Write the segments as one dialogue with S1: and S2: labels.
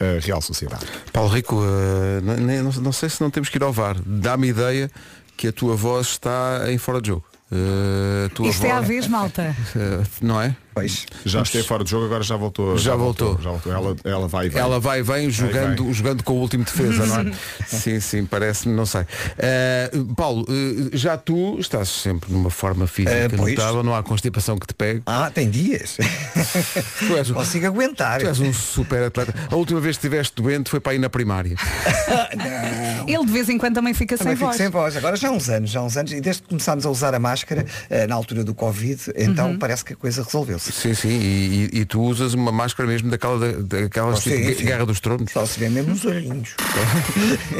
S1: a Real Sociedade.
S2: Paulo Rico, eh, n- nem- não, não sei se não temos que ir ao VAR. Dá-me ideia que a tua voz está em fora de jogo. Eh, a tua
S3: Isto é à vez, malta.
S2: eh, não é?
S4: Pois.
S1: Já esteve fora de jogo, agora já voltou.
S2: Já voltou.
S1: Já voltou. Ela, ela vai e vem.
S2: Ela vai e vem jogando,
S1: vem.
S2: jogando com o último defesa, não é? sim, sim, parece-me, não sei. Eh, Paulo, eh, já tu estás sempre numa forma física
S4: Eh, pois.
S2: notável, não há constipação que te pegue.
S4: Ah, tem dias.
S2: Tu és, um-
S4: Consigo aguentar.
S2: tu és um super atleta. A última vez que estiveste doente foi para ir na primária.
S3: Ele de vez em quando também fica
S4: Também
S3: sem
S4: fico
S3: voz.
S4: sem voz. Agora já há uns anos, já há uns anos, e desde que começámos a usar a máscara, eh, na altura do Covid, então
S3: Uhum.
S4: parece que a coisa resolveu-se.
S2: Sim, sim, e, e- e tu usas uma máscara mesmo daquela, da- daquelas
S4: Sim,
S2: tipo,
S4: sim.
S2: Guerra dos Tronos.
S4: Só se vê mesmo os olhinhos.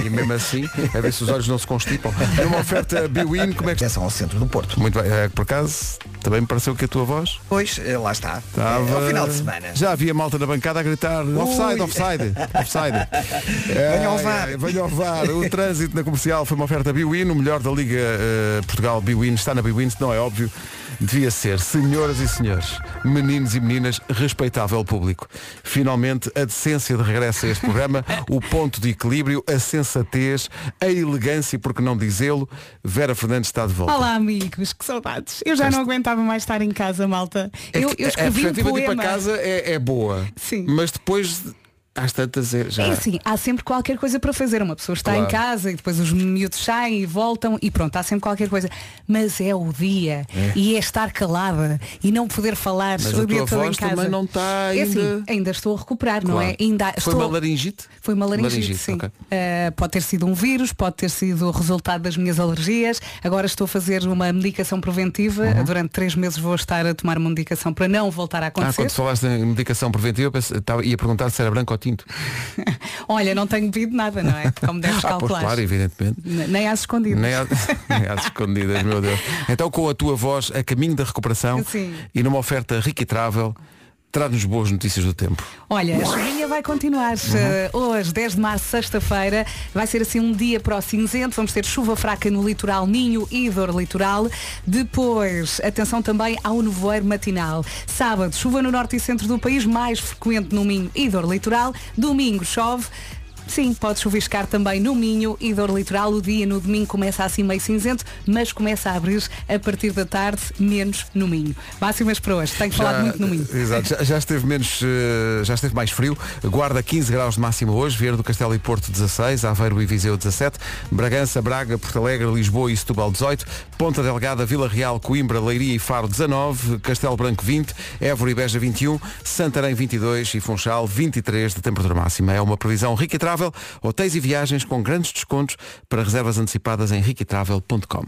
S2: E mesmo assim, a ver se os olhos não se constipam. Numa oferta Biwin, como é que
S4: Atenção ao centro do Porto.
S2: Muito bem, eh, por acaso, também me pareceu que a tua voz
S4: Pois, eh, lá está.
S2: estava...
S4: Eh, Ao final de semana.
S2: Já havia malta na bancada a gritar offside, offside, offside.
S4: Venha ao
S2: Ai,
S4: VAR.
S2: ai, Venha ao VAR. O trânsito na comercial foi uma oferta Biwin, o melhor da Liga eh, Portugal Biwin. Está na Biwin, se não é óbvio. Devia ser, senhoras e senhores, meninos e meninas, respeitável público. Finalmente, a decência de regresso a este programa, o ponto de equilíbrio, a sensatez, a elegância, e por que não dizê-lo, Vera Fernandes está de volta.
S5: Olá amigos, que saudades. Eu já não aguentava mais estar em casa, malta.
S2: É
S5: Eu,
S2: que
S5: eu escrevi
S2: a
S5: um
S2: perspectiva de ir
S5: poema.
S2: para casa é, é boa.
S5: Sim.
S2: Mas depois às tantas é, já.
S5: É assim, há sempre qualquer coisa para fazer. Uma pessoa está
S2: Claro.
S5: em casa e depois os miúdos saem e voltam e pronto, há sempre qualquer coisa. Mas é o dia e é estar calada e não poder falar
S2: Mas
S5: o
S2: a
S5: dia
S2: tua
S5: todo
S2: voz
S5: em casa.
S2: também não está
S5: É
S2: ainda-
S5: assim, ainda estou a recuperar, não
S2: Claro.
S5: é? Ainda
S2: Foi
S5: estou...
S2: uma laringite? Ah,
S5: Foi uma laringite,
S2: Laringite,
S5: sim.
S2: ok.
S5: Uh, pode ter sido um vírus, pode ter sido o resultado das minhas alergias. Agora estou a fazer uma medicação preventiva. Durante três meses vou estar a tomar uma medicação para não voltar a
S2: Uhum. Ah,
S5: acontecer.
S2: quando falaste em medicação preventiva, eu pensei- estava- ia perguntar se era branco ou tinto.
S5: Olha, não tenho bebido nada, não é? Como deves
S2: Ah, pois
S5: calcular.
S2: claro, evidentemente.
S5: N- Nem às escondidas.
S2: Nem às, nem às escondidas, meu Deus. Então com a tua voz a caminho da recuperação
S5: Sim.
S2: e numa oferta riquitrável, traz-nos boas notícias do tempo.
S5: Olha, a chuvinha vai continuar eh, hoje, 10 de março, sexta-feira. Vai ser assim um dia para o cinzento. Vamos ter chuva fraca no litoral Ninho e dor litoral. Depois, atenção também ao nevoeiro matinal. Sábado, chuva no norte e centro do país, mais frequente no Minho e dor litoral. Domingo, chove. Sim, pode chuviscar também no Minho e dor litoral. O dia no domingo começa assim meio cinzento, mas começa a abrir a partir da tarde, menos no Minho. Máximas para hoje. Tenho falado muito no Minho.
S2: Exato, já, já esteve menos, eh, já esteve mais frio. Guarda 15 graus de máxima hoje, Vieira do Castelo e Porto 16, Aveiro e Viseu 17, Bragança, Braga, Porto Alegre, Lisboa e Setúbal 18, Ponta Delgada, Vila Real, Coimbra, Leiria e Faro 19, Castelo Branco 20, Évora e Beja 21, Santarém 22 e Funchal 23 de temperatura máxima. É uma previsão Rica Travel, hotéis e viagens com grandes descontos para reservas antecipadas em riquitravel.com.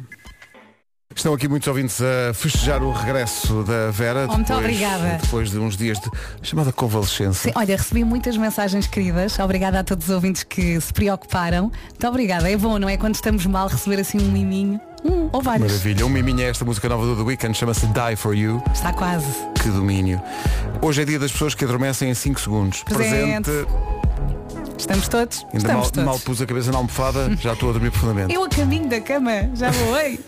S2: Estão aqui muitos ouvintes a festejar o regresso da Vera.
S5: Oh, muito obrigada.
S2: Depois de uns dias de chamada convalescença.
S5: Sim, olha, recebi muitas mensagens queridas. Obrigada a todos os ouvintes que se preocuparam. Muito obrigada. É bom, não é? Quando estamos mal, receber assim um miminho. Um ou vários.
S2: Maravilha. Um miminho é esta música nova do The Weeknd, chama-se Die For You.
S5: Está quase.
S2: Que domínio. Hoje é dia das pessoas que adormecem em 5 segundos.
S5: Presente. Estamos todos.
S2: Ainda
S5: estamos
S2: mal,
S5: todos.
S2: mal pus a cabeça na almofada, já estou a dormir profundamente.
S5: Eu a caminho da cama, já vou oi.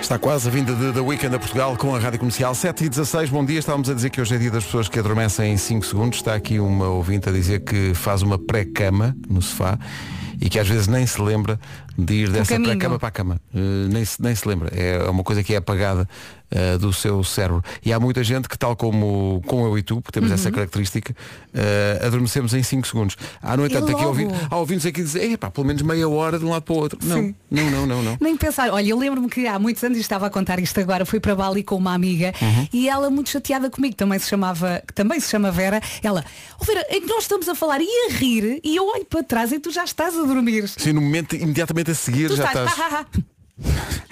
S2: Está quase a vinda de The Weekend a Portugal com a Rádio Comercial 7 e 16. Bom dia, estávamos a dizer que hoje é dia das pessoas que adormecem em 5 segundos. Está aqui uma ouvinte a dizer que faz uma pré-cama no sofá e que às vezes nem se lembra de ir dessa
S5: Um caminho.
S2: pré-cama para a cama. Eh, nem, se, nem se lembra. É uma coisa que é apagada eh, do seu cérebro. E há muita gente que, tal como, como eu e tu, porque temos essa
S5: Uhum.
S2: característica, eh, adormecemos em 5 segundos. Há, no entanto, aqui
S5: logo?
S2: ouvi, há ouvintes aqui dizer, epá, pelo menos meia hora de um lado para o outro.
S5: Sim.
S2: Não, não, não, não. não.
S5: Nem pensar, olha, eu lembro-me que há muitos anos e estava a contar isto agora, fui para Bali com uma amiga
S2: Uhum.
S5: e ela muito chateada comigo, também se chamava, que também se chama Vera, ela, oh Vera, é que nós estamos a falar e a rir e eu olho para trás e tu já estás a dormir.
S2: Sim, no momento, imediatamente a seguir
S5: Tu
S2: já
S5: estás.
S2: estás.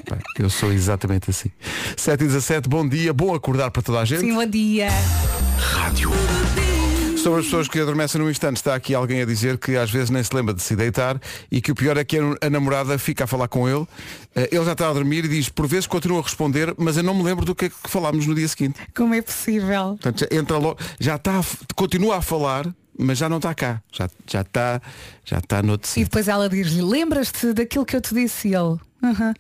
S2: Pá, Eu sou exatamente assim. 7 e 17, bom dia, bom acordar para toda a gente.
S5: Sim, bom dia.
S2: Sobre as pessoas que adormecem num instante, está aqui alguém a dizer que às vezes nem se lembra de se deitar e que o pior é que a namorada fica a falar com ele, eh, ele já está a dormir e diz, por vezes continua a responder, mas eu não me lembro do que é que falámos no dia seguinte.
S5: Como é possível?
S2: Portanto, já entra logo, já está, a f- continua a falar, mas já não está cá. Já, já está, já está no outro
S5: E
S2: sítio.
S5: depois ela diz-lhe, lembras-te daquilo que eu te disse? E ele, "Aham."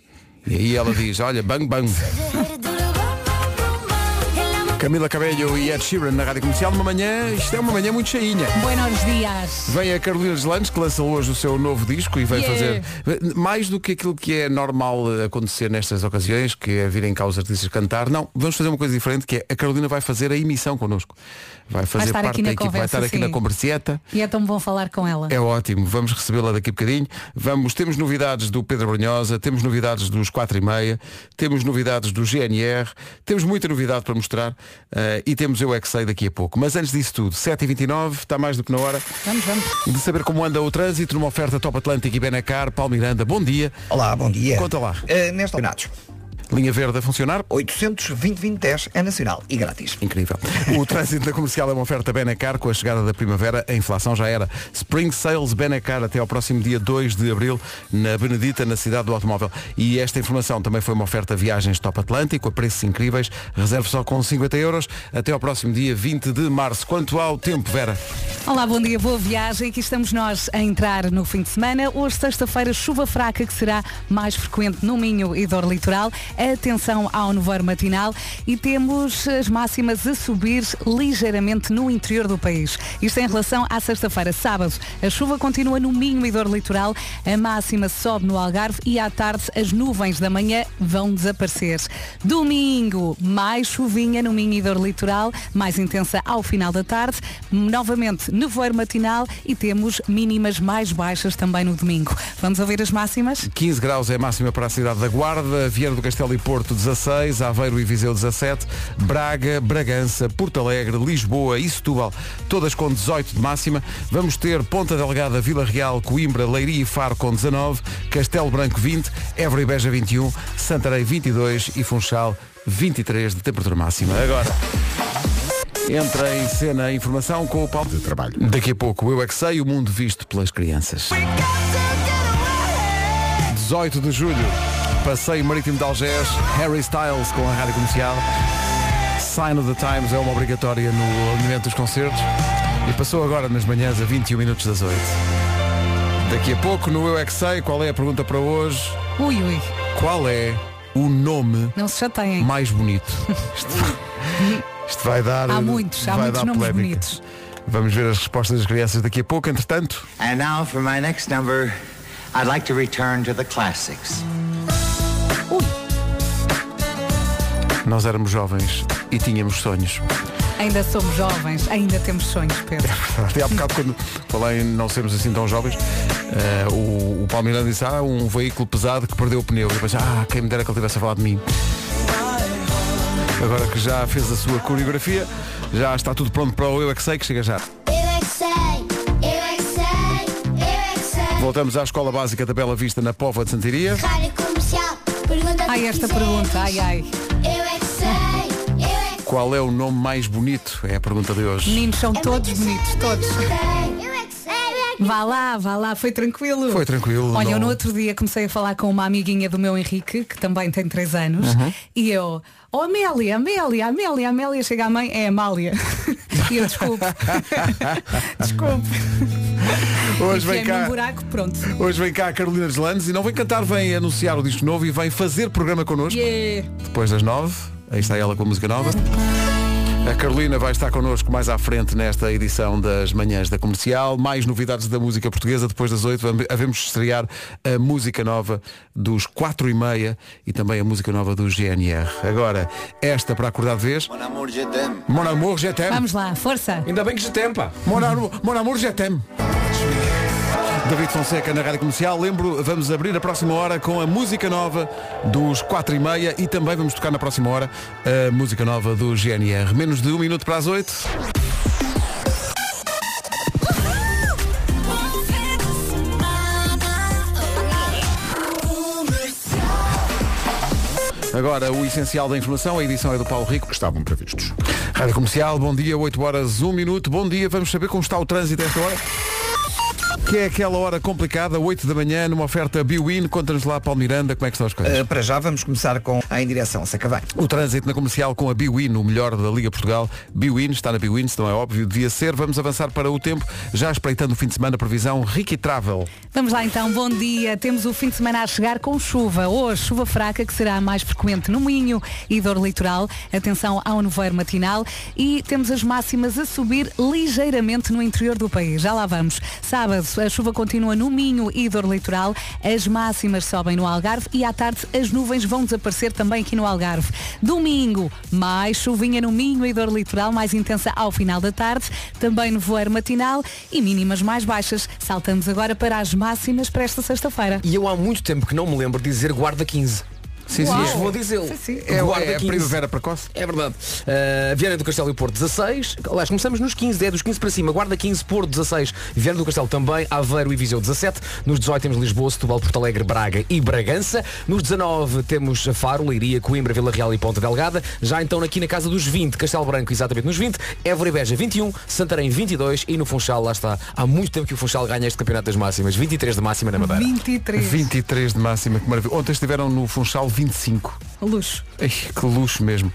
S2: E aí ela diz, olha, bang, bang.
S6: Dejar tu lo vamos, vamos, el amor
S2: Camila Cabello e Ed Sheeran na Rádio Comercial. Uma manhã, isto é uma manhã muito cheinha.
S5: Buenos dias.
S2: Vem a Carolina Deslandes, que lança hoje o seu novo disco e vai
S5: Yeah.
S2: fazer mais do que aquilo que é normal eh, acontecer nestas ocasiões, que é virem cá os artistas cantar. Não, vamos fazer uma coisa diferente, que é a Carolina vai fazer a emissão connosco. Vai fazer
S5: estar
S2: parte
S5: aqui
S2: da
S5: na
S2: equipe, vai
S5: conversa,
S2: estar aqui na
S5: sim.
S2: conversieta.
S5: E é tão bom falar com ela.
S2: É ótimo, vamos recebê-la daqui a bocadinho. Vamos, temos novidades do Pedro Brunhosa, temos novidades dos 4 e meia, temos novidades do GNR, temos muita novidade para mostrar eh, e temos eu é que sei daqui a pouco. Mas antes disso tudo, 7h29, está mais do que na hora
S5: Vamos, vamos.
S2: de saber como anda o trânsito numa oferta Top Atlântico e Benacar. Paulo Miranda, bom dia.
S4: Olá, bom dia.
S2: Conta lá.
S4: Eh, nesta campeonatos,
S2: Linha verde a funcionar.
S4: 820-2010 é nacional e grátis.
S2: Incrível. O trânsito da comercial é uma oferta Benacar. Com a chegada da primavera, a inflação já era. Spring Sales Benacar até ao próximo dia 2 de abril, na Benedita, na cidade do automóvel. E esta informação também foi uma oferta Viagens Top Atlântico, a preços incríveis. Reserve só com 50 euros até ao próximo dia 20 de março. Quanto ao tempo, Vera?
S5: Olá, bom dia, boa viagem. Aqui estamos nós a entrar no fim de semana. Hoje, sexta-feira, chuva fraca que será mais frequente no Minho e Dor Litoral. Atenção ao nevoeiro matinal e temos as máximas a subir ligeiramente no interior do país. Isto em relação à sexta-feira, sábado. A chuva continua no Minho e Dor Litoral. A máxima sobe no Algarve e à tarde as nuvens da manhã vão desaparecer. Domingo, mais chuvinha no Minho e Dor Litoral, mais intensa ao final da tarde. Novamente, nevoeiro matinal e temos mínimas mais baixas também no domingo. Vamos ouvir as máximas?
S2: 15 graus é a máxima para a cidade da Guarda, Vieira do Castelo e Porto 16, Aveiro e Viseu 17, Braga, Bragança, Porto Alegre, Lisboa e Setúbal, todas com 18 de máxima. Vamos ter Ponta Delgada, Vila Real, Coimbra, Leiria e Faro com 19, Castelo Branco 20, Évora e Beja 21, Santarém 22 e Funchal 23 de temperatura máxima. Agora entra em cena a informação com o Paulo
S1: de trabalho.
S2: Daqui a pouco, o eu é que sei, o mundo visto pelas crianças. 18 de julho, passeio marítimo de Algés, Harry Styles com a rádio comercial. Sign of the Times é uma obrigatória no alinhamento dos concertos e passou agora nas manhãs a 21 minutos das 8. Daqui a pouco, no Eu é que sei, qual é a pergunta para hoje?
S5: Ui, ui,
S2: Qual é o nome
S5: não se chateiem.
S2: mais bonito. Isto vai, isto vai dar.
S5: Há muitos, há
S2: vai
S5: muitos
S2: dar
S5: nomes
S2: polémica.
S5: bonitos.
S2: Vamos ver as respostas das crianças daqui a pouco. Entretanto,
S6: And now for my next number, I'd like to return to the classics.
S2: nós éramos jovens e tínhamos sonhos.
S5: Ainda somos jovens, ainda temos sonhos, Pedro.
S2: Até há bocado, quando falei em não sermos assim tão jovens, eh, o, o Palmeirão disse: Ah, um veículo pesado que perdeu o pneu. E depois, ah, quem me dera que ele tivesse a falar de mim. Agora que já fez a sua coreografia, já está tudo pronto para o Eu É Que Sei, que chega já.
S7: Eu é que sei, eu é que sei, eu é que sei.
S2: Voltamos à Escola Básica da Bela Vista, na Póvoa de Santiria.
S7: Rádio comercial, pergunta
S5: Ai, esta pergunta, ai, ai.
S7: Eu é que sei, eu é que
S2: Qual é o nome mais bonito? É a pergunta de hoje.
S5: Meninos são
S7: sei.
S5: todos bonitos, todos.
S7: Eu é que sei, eu é que
S5: Vá lá, vá lá, foi tranquilo.
S2: Foi tranquilo,
S5: Olha, eu
S2: não-
S5: no outro dia comecei a falar com uma amiguinha do meu Henrique, que também tem 3 anos, e eu, oh Amélia, Amélia, Amélia, Amélia, chega a mãe, é Amália. e eu, desculpe. desculpe.
S2: Hoje
S5: Enfiei-me
S2: vem cá.
S5: num buraco, pronto.
S2: Hoje vem cá a Carolina Deslandes e não vem cantar, vem anunciar o disco novo e vem fazer programa connosco.
S5: Yeah.
S2: Depois das nove, aí está ela com a música nova. A Carolina vai estar connosco mais à frente nesta edição das Manhãs da Comercial. Mais novidades da música portuguesa. Depois das oito, vamos- havemos de estrear a música nova dos quatro e meia e também a música nova do GNR. Agora, esta para acordar de vez. Mon amour, je t'aime.
S5: Vamos lá, força.
S8: Ainda bem que já tem, pá.
S2: Mon amour, mon amour je t'aime. David Fonseca na Rádio Comercial. Lembro, vamos abrir a próxima hora com a música nova dos 4 e meia e também vamos tocar na próxima hora a música nova do GNR. Menos de um minuto para as 8. Agora o essencial da informação, a edição é do Paulo Rico.
S1: Que estavam previstos.
S2: Rádio um Comercial, bom dia, 8 horas, 1 minuto. Bom dia, vamos saber como está o trânsito a esta hora. que é aquela hora complicada, 8 da manhã, numa oferta Biwin. Conta-nos lá, Paulo Miranda, como é que estão as coisas?
S4: Eh, para já vamos começar com a em direção Sacavém.
S2: O trânsito na comercial com a Biwin, o melhor da Liga Portugal. Biwin está na Biwin, se não é óbvio, devia ser. Vamos avançar para o tempo, já espreitando o fim de semana, previsão Ricky Travel.
S5: Vamos lá então, bom dia. Temos o fim de semana a chegar com chuva. Hoje, chuva fraca que será mais frequente no Minho e dor litoral. Atenção ao nevoeiro matinal. E temos as máximas a subir ligeiramente no interior do país. Já lá vamos. Sábado, a chuva continua no Minho e dor litoral. As máximas sobem no Algarve e à tarde as nuvens vão desaparecer também aqui no Algarve. Domingo, mais chuvinha no Minho e dor litoral, mais intensa ao final da tarde. Também nevoeiro matinal e mínimas mais baixas. Saltamos agora para as máximas para esta sexta-feira.
S8: E eu há muito tempo que não me lembro de dizer guarda 15.
S2: Sim,
S8: Mas
S2: sim.
S8: vou dizê-lo.
S5: Sim, sim.
S2: É,
S8: Guarda
S2: é a
S8: 15.
S2: primavera precoce.
S8: É verdade. Uh, Viana do Castelo e Porto 16. Aliás, começamos nos 15, é dos 15 para cima. Guarda 15, Porto 16. Viana do Castelo também. Aveiro e Viseu 17. Nos 18 temos Lisboa, Setúbal, Porto Alegre, Braga e Bragança. Nos 19 temos Faro, Leiria, Coimbra, Vila Real e Ponta Delgada. Já então aqui na casa dos 20, Castelo Branco exatamente nos 20. Évora e Beja 21. Santarém 22. E no Funchal, lá está. Há muito tempo que o Funchal ganha este campeonato das máximas. 23 de máxima na Madeira.
S5: 23.
S2: 23 de máxima, que maravilha. Ontem estiveram no Funchal 25.
S5: Luxo.
S2: Ai, que luxo mesmo.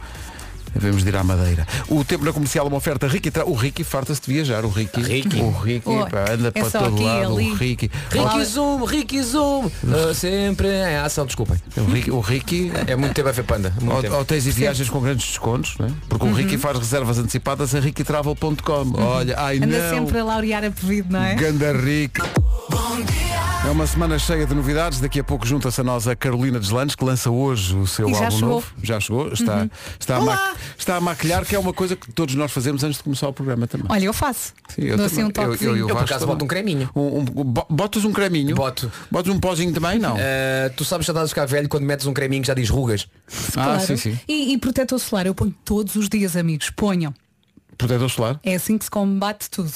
S2: Devemos de ir à Madeira. O tempo na comercial é uma oferta Ricky Tra... O Ricky farta-se de viajar. O Ricky.
S8: Ricky.
S2: O Ricky
S5: Oi,
S2: pá, anda
S5: é
S2: para
S5: só
S2: todo
S5: aqui,
S2: lado.
S5: ali.
S2: O Ricky.
S8: Ricky Zoom, Ricky Zoom. Uh, sempre em ação, desculpem. oh,
S2: O Ricky. O Ricky...
S8: É muito tempo a ver panda. muito
S2: Hot-
S8: tempo.
S2: Hotéis e viagens com grandes descontos, não é? Porque
S5: Uhum.
S2: o Ricky faz reservas antecipadas a rickytravel.com. Olha, ai
S5: Anda
S2: não.
S5: sempre a laurear a pedido, não é?
S2: Ganda Rick. É uma semana cheia de novidades. Daqui a pouco junta-se a nós a Carolina Deslandes, que lança hoje o seu
S5: E já
S2: álbum
S5: chegou. Uhum.
S2: novo. Já chegou. Está, está, a ma- está a maquilhar, que é uma coisa que todos nós fazemos antes de começar o programa também.
S5: Olha, eu faço.
S2: Sim, eu
S5: Dou assim
S2: também.
S5: um toquezinho.
S2: Eu, eu, eu,
S8: por
S2: Vasco
S8: acaso
S2: também.
S8: boto um creminho.
S2: Um- um- bo- botas um creminho?
S8: Boto.
S2: Botas um pozinho também? Não.
S8: Uh, tu sabes que já estás a ficar velho quando metes um creminho que já diz rugas.
S2: Ah,
S5: Claro.
S2: sim, sim.
S5: E, e protetor solar, eu ponho todos os dias, amigos. Ponham.
S2: Protetor solar.
S5: É assim que se combate tudo.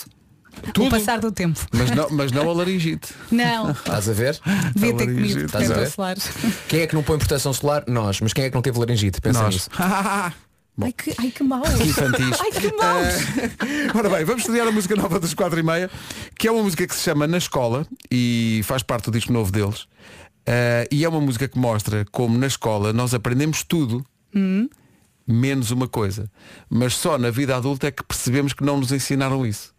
S2: Tudo?
S5: O passar do tempo.
S2: Mas não, mas não a laringite.
S5: Não,
S8: Estás a ver?
S5: devia ter
S2: Laringite,
S5: comido
S2: estás
S8: a
S5: protetor
S8: ver?
S5: solar.
S8: Quem é que não põe proteção solar? Nós. Mas quem é que não teve laringite? Pensa
S2: Nós.
S8: nisso.
S5: Ai que, ai que maus.
S2: Infantis.
S5: Ai que maus.
S2: Ora bem, vamos estudar a música nova dos 4 e meia, que é uma música que se chama Na Escola e faz parte do disco novo deles. Eh, e é uma música que mostra como na escola nós aprendemos tudo, menos uma coisa. Mas só na vida adulta é que percebemos que não nos ensinaram isso.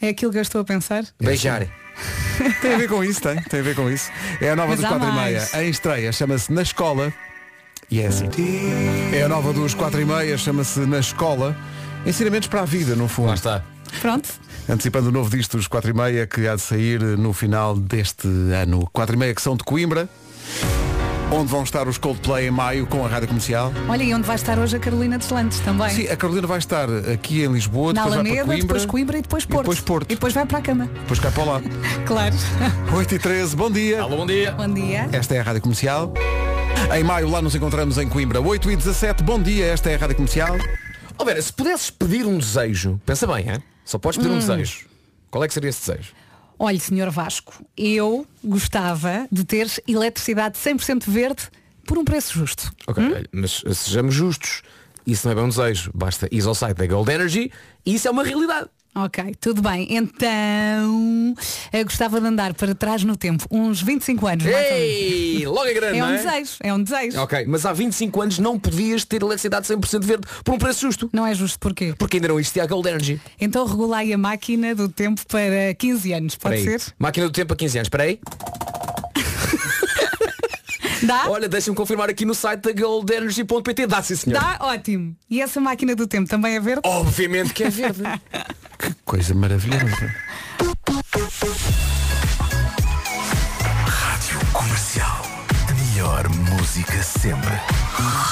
S5: É aquilo que eu estou a pensar?
S8: Beijar.
S2: Tem a ver com isso, tem, tem a ver com isso. É a nova
S5: Mas
S2: dos
S5: há
S2: 4 e meia,
S5: mais.
S2: em estreia, chama-se Na Escola. E é assim. É a nova dos 4 e meia, chama-se Na Escola. Ensinamentos para a vida, no fundo.
S8: Lá está.
S5: Pronto.
S2: Antecipando o novo disto dos 4 e meia que há de sair no final deste ano. 4 e meia que são de Coimbra, onde vão estar os Coldplay em maio com a Rádio Comercial.
S5: Olha, e onde vai estar hoje a Carolina dos Landes também?
S2: Sim, a Carolina vai estar aqui em Lisboa,
S5: Na
S2: depois vai
S5: Alameda,
S2: para Coimbra,
S5: depois Coimbra e depois
S2: e
S5: Porto.
S2: depois Porto.
S5: E depois vai para a cama.
S2: depois cá para lá.
S5: Claro.
S2: 8 e 13, bom dia.
S8: Alô, bom dia.
S5: Bom dia.
S2: Esta é a Rádio Comercial. Em maio lá nos encontramos em Coimbra. 8 e 17, bom dia, esta é a Rádio Comercial.
S8: Ó Oh, Vera, se pudesses pedir um desejo, pensa bem, é? Só podes pedir um desejo. Qual é que seria esse desejo?
S5: Olha, senhor Vasco, eu gostava de ter eletricidade 100% verde por um preço justo.
S8: Ok, olha, mas uh, sejamos justos. Isso não é bem um desejo. Basta ir ao site da Gold Energy e isso é uma realidade.
S5: Ok, tudo bem. Então, eu gostava de andar para trás no tempo, uns 25 anos. mais ou menos.
S8: Ei, logo é grande,
S5: É
S8: não
S5: um
S8: é?
S5: desejo, é um desejo.
S8: Ok, mas há 25 anos não podias ter eletricidade 100% verde por um preço justo.
S5: Não é justo porquê?
S8: Porque ainda não existia a Gold Energy.
S5: Então regulai a máquina do tempo para 15 anos, pode
S8: Espera aí.
S5: ser?
S8: Máquina do tempo a 15 anos, espera aí.
S5: Dá?
S8: Olha, deixa-me confirmar aqui no site da goldenergy.pt. Dá sim, senhor.
S5: Dá? Ótimo. E essa máquina do tempo também é verde?
S8: Obviamente que é verde.
S2: Coisa maravilhosa.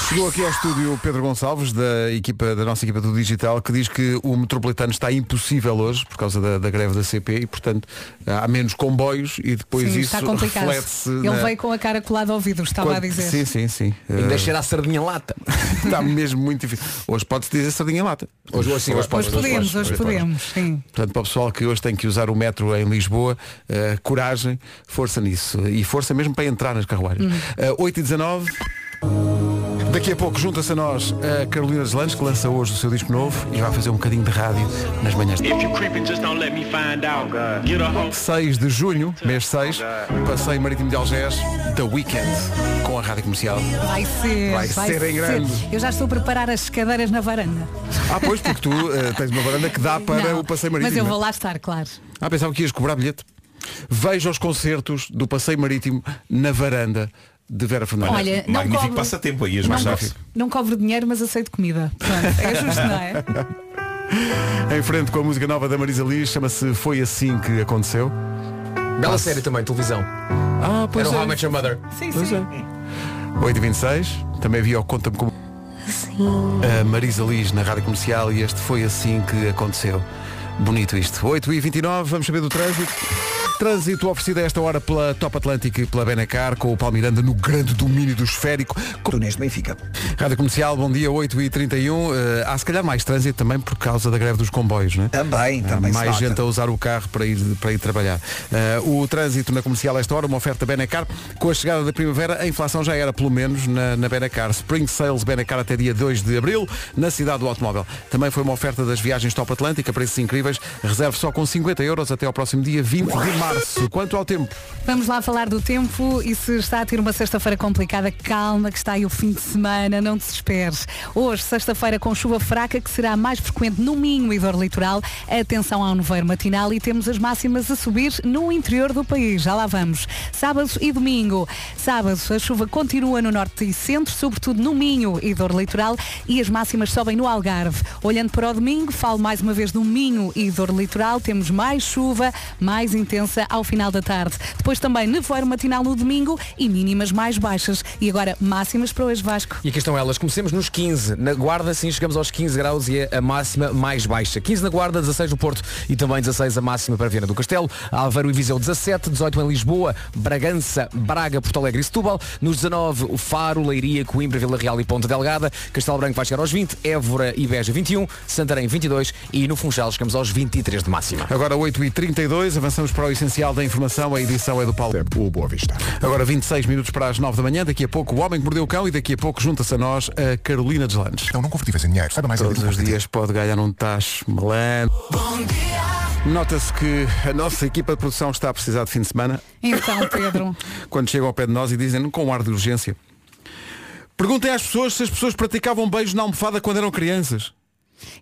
S2: Chegou aqui ao estúdio o Pedro Gonçalves, da, equipa, da nossa equipa do Digital, que diz que o metropolitano está impossível hoje por causa da, da greve da CP e, portanto, há menos comboios e depois
S5: Sim,
S2: isso
S5: está complicado.
S2: reflete-se.
S5: Ele
S2: na-
S5: veio com a cara colada ao vidro, estava a
S2: quando- Sim,
S5: dizer.
S2: sim, sim.
S8: Ainda
S2: Eh,
S8: cheira a sardinha lata.
S2: está mesmo muito difícil. Hoje pode-se dizer sardinha em lata.
S8: Hoje, hoje sim, hoje
S5: Hoje
S8: pode.
S5: podemos, hoje podemos, sim.
S2: Portanto, para o pessoal que hoje tem que usar o metro em Lisboa, eh, coragem,
S5: Uhum.
S2: força nisso. E força mesmo para entrar nas carruagens. Eh, 8 e 19. Daqui a pouco junta-se a nós a Carolina Deslandes, que lança hoje o seu disco novo e vai fazer um bocadinho de rádio nas manhãs de
S9: If you creeping, just don't let me find out. Get a hold.
S2: 6 de junho, mês 6, passeio marítimo de Algés, The Weekend, com a rádio comercial.
S5: Vai ser.
S2: Vai ser em grande.
S5: Eu já estou a preparar as cadeiras na varanda.
S2: Ah, pois, porque tu eh, tens uma varanda que dá para
S5: Não,
S2: o passeio
S5: Mas eu
S2: marítimo. é?
S5: vou lá estar, claro.
S2: Ah, pensava que ias cobrar bilhete. Veja os concertos do passeio marítimo na varanda de Vera Fernandes.
S5: Olha, não
S1: Magnífico
S5: cobro,
S1: passatempo aí, as
S5: não,
S1: mais
S5: cobro, não cobro dinheiro, mas aceito comida. Pronto, é justo, não é?
S2: Em frente com a música nova da Marisa Liz, chama-se Foi Assim Que Aconteceu.
S8: Bela série também, televisão. Então,
S2: Ah,
S8: Era
S5: é.
S8: o How I Met Your Mother.
S5: Sim,
S2: Pois
S5: sim.
S2: é. 8h26, também havia o Conta-me Como. A Marisa Liz na rádio comercial e este foi assim que aconteceu. Bonito isto. 8h29, vamos saber do trânsito. Trânsito oferecido a esta hora pela Top Atlântico e pela Benacar, com o Palmiranda no grande domínio do esférico. Com-
S4: Túneis de Benfica.
S2: Rádio Comercial, bom dia, 8h31. Eh, há se calhar mais trânsito também por causa da greve dos comboios, não é?
S4: Também,
S2: Há
S1: Tá
S4: também. se
S2: mais
S4: nota.
S2: gente a usar o carro para ir, para ir trabalhar. Eh, o trânsito na comercial a esta hora, uma oferta Benacar. Com a chegada da primavera, a inflação já era, pelo menos, na, na Benacar. Spring Sales Benacar até dia 2 de abril, na cidade do automóvel. Também foi uma oferta das viagens Top Atlântica, preços incríveis. Reserve só com 50 euros até ao próximo dia 20 de março. Quanto ao tempo?
S5: Vamos lá falar do tempo e se está a ter uma sexta-feira complicada, calma que está aí o fim de semana, não desesperes. Hoje, sexta-feira com chuva fraca que será mais frequente no Minho e dor litoral. Atenção ao nevoeiro matinal e temos as máximas a subir no interior do país. Já lá vamos. Sábado e domingo. Sábado a chuva continua no norte e centro, sobretudo no Minho e dor litoral e as máximas sobem no Algarve. Olhando para o domingo, falo mais uma vez do Minho e dor litoral, temos mais chuva, mais intensa ao final da tarde. Depois também nevoeiro matinal no domingo e mínimas mais baixas. E agora máximas para hoje Vasco.
S8: E aqui estão elas. Comecemos nos 15. Na Guarda, sim, chegamos aos 15 graus e é a máxima mais baixa. 15 na Guarda, 16 no Porto e também 16 a máxima para Viana do Castelo. Aveiro e Viseu, 17. 18 em Lisboa, Bragança, Braga, Porto Alegre e Setúbal. Nos 19, o Faro, Leiria, Coimbra, Vila Real e Ponta Delgada. Castelo Branco vai chegar aos 20. Évora e Beja, 21. Santarém, 22. E no Funchal chegamos aos 23 de máxima.
S2: Agora 8h32, avançamos para o essencial da informação. A edição é do Paulo.
S1: Tempo, o Boa Vista.
S2: Agora 26 minutos para as 9 da manhã, daqui a pouco o Homem que Mordeu o Cão e daqui a pouco junta-se a nós a Carolina Deslandes.
S1: Então não convertíveis em dinheiro. Saiba mais em
S2: Todos os dias pode ganhar um tacho malandro. Nota-se que a nossa equipa de produção está a precisar de fim de semana,
S5: Então, Pedro.
S2: quando chegam ao pé de nós e dizem com um ar de urgência. Perguntem às pessoas se as pessoas praticavam beijo na almofada quando eram crianças.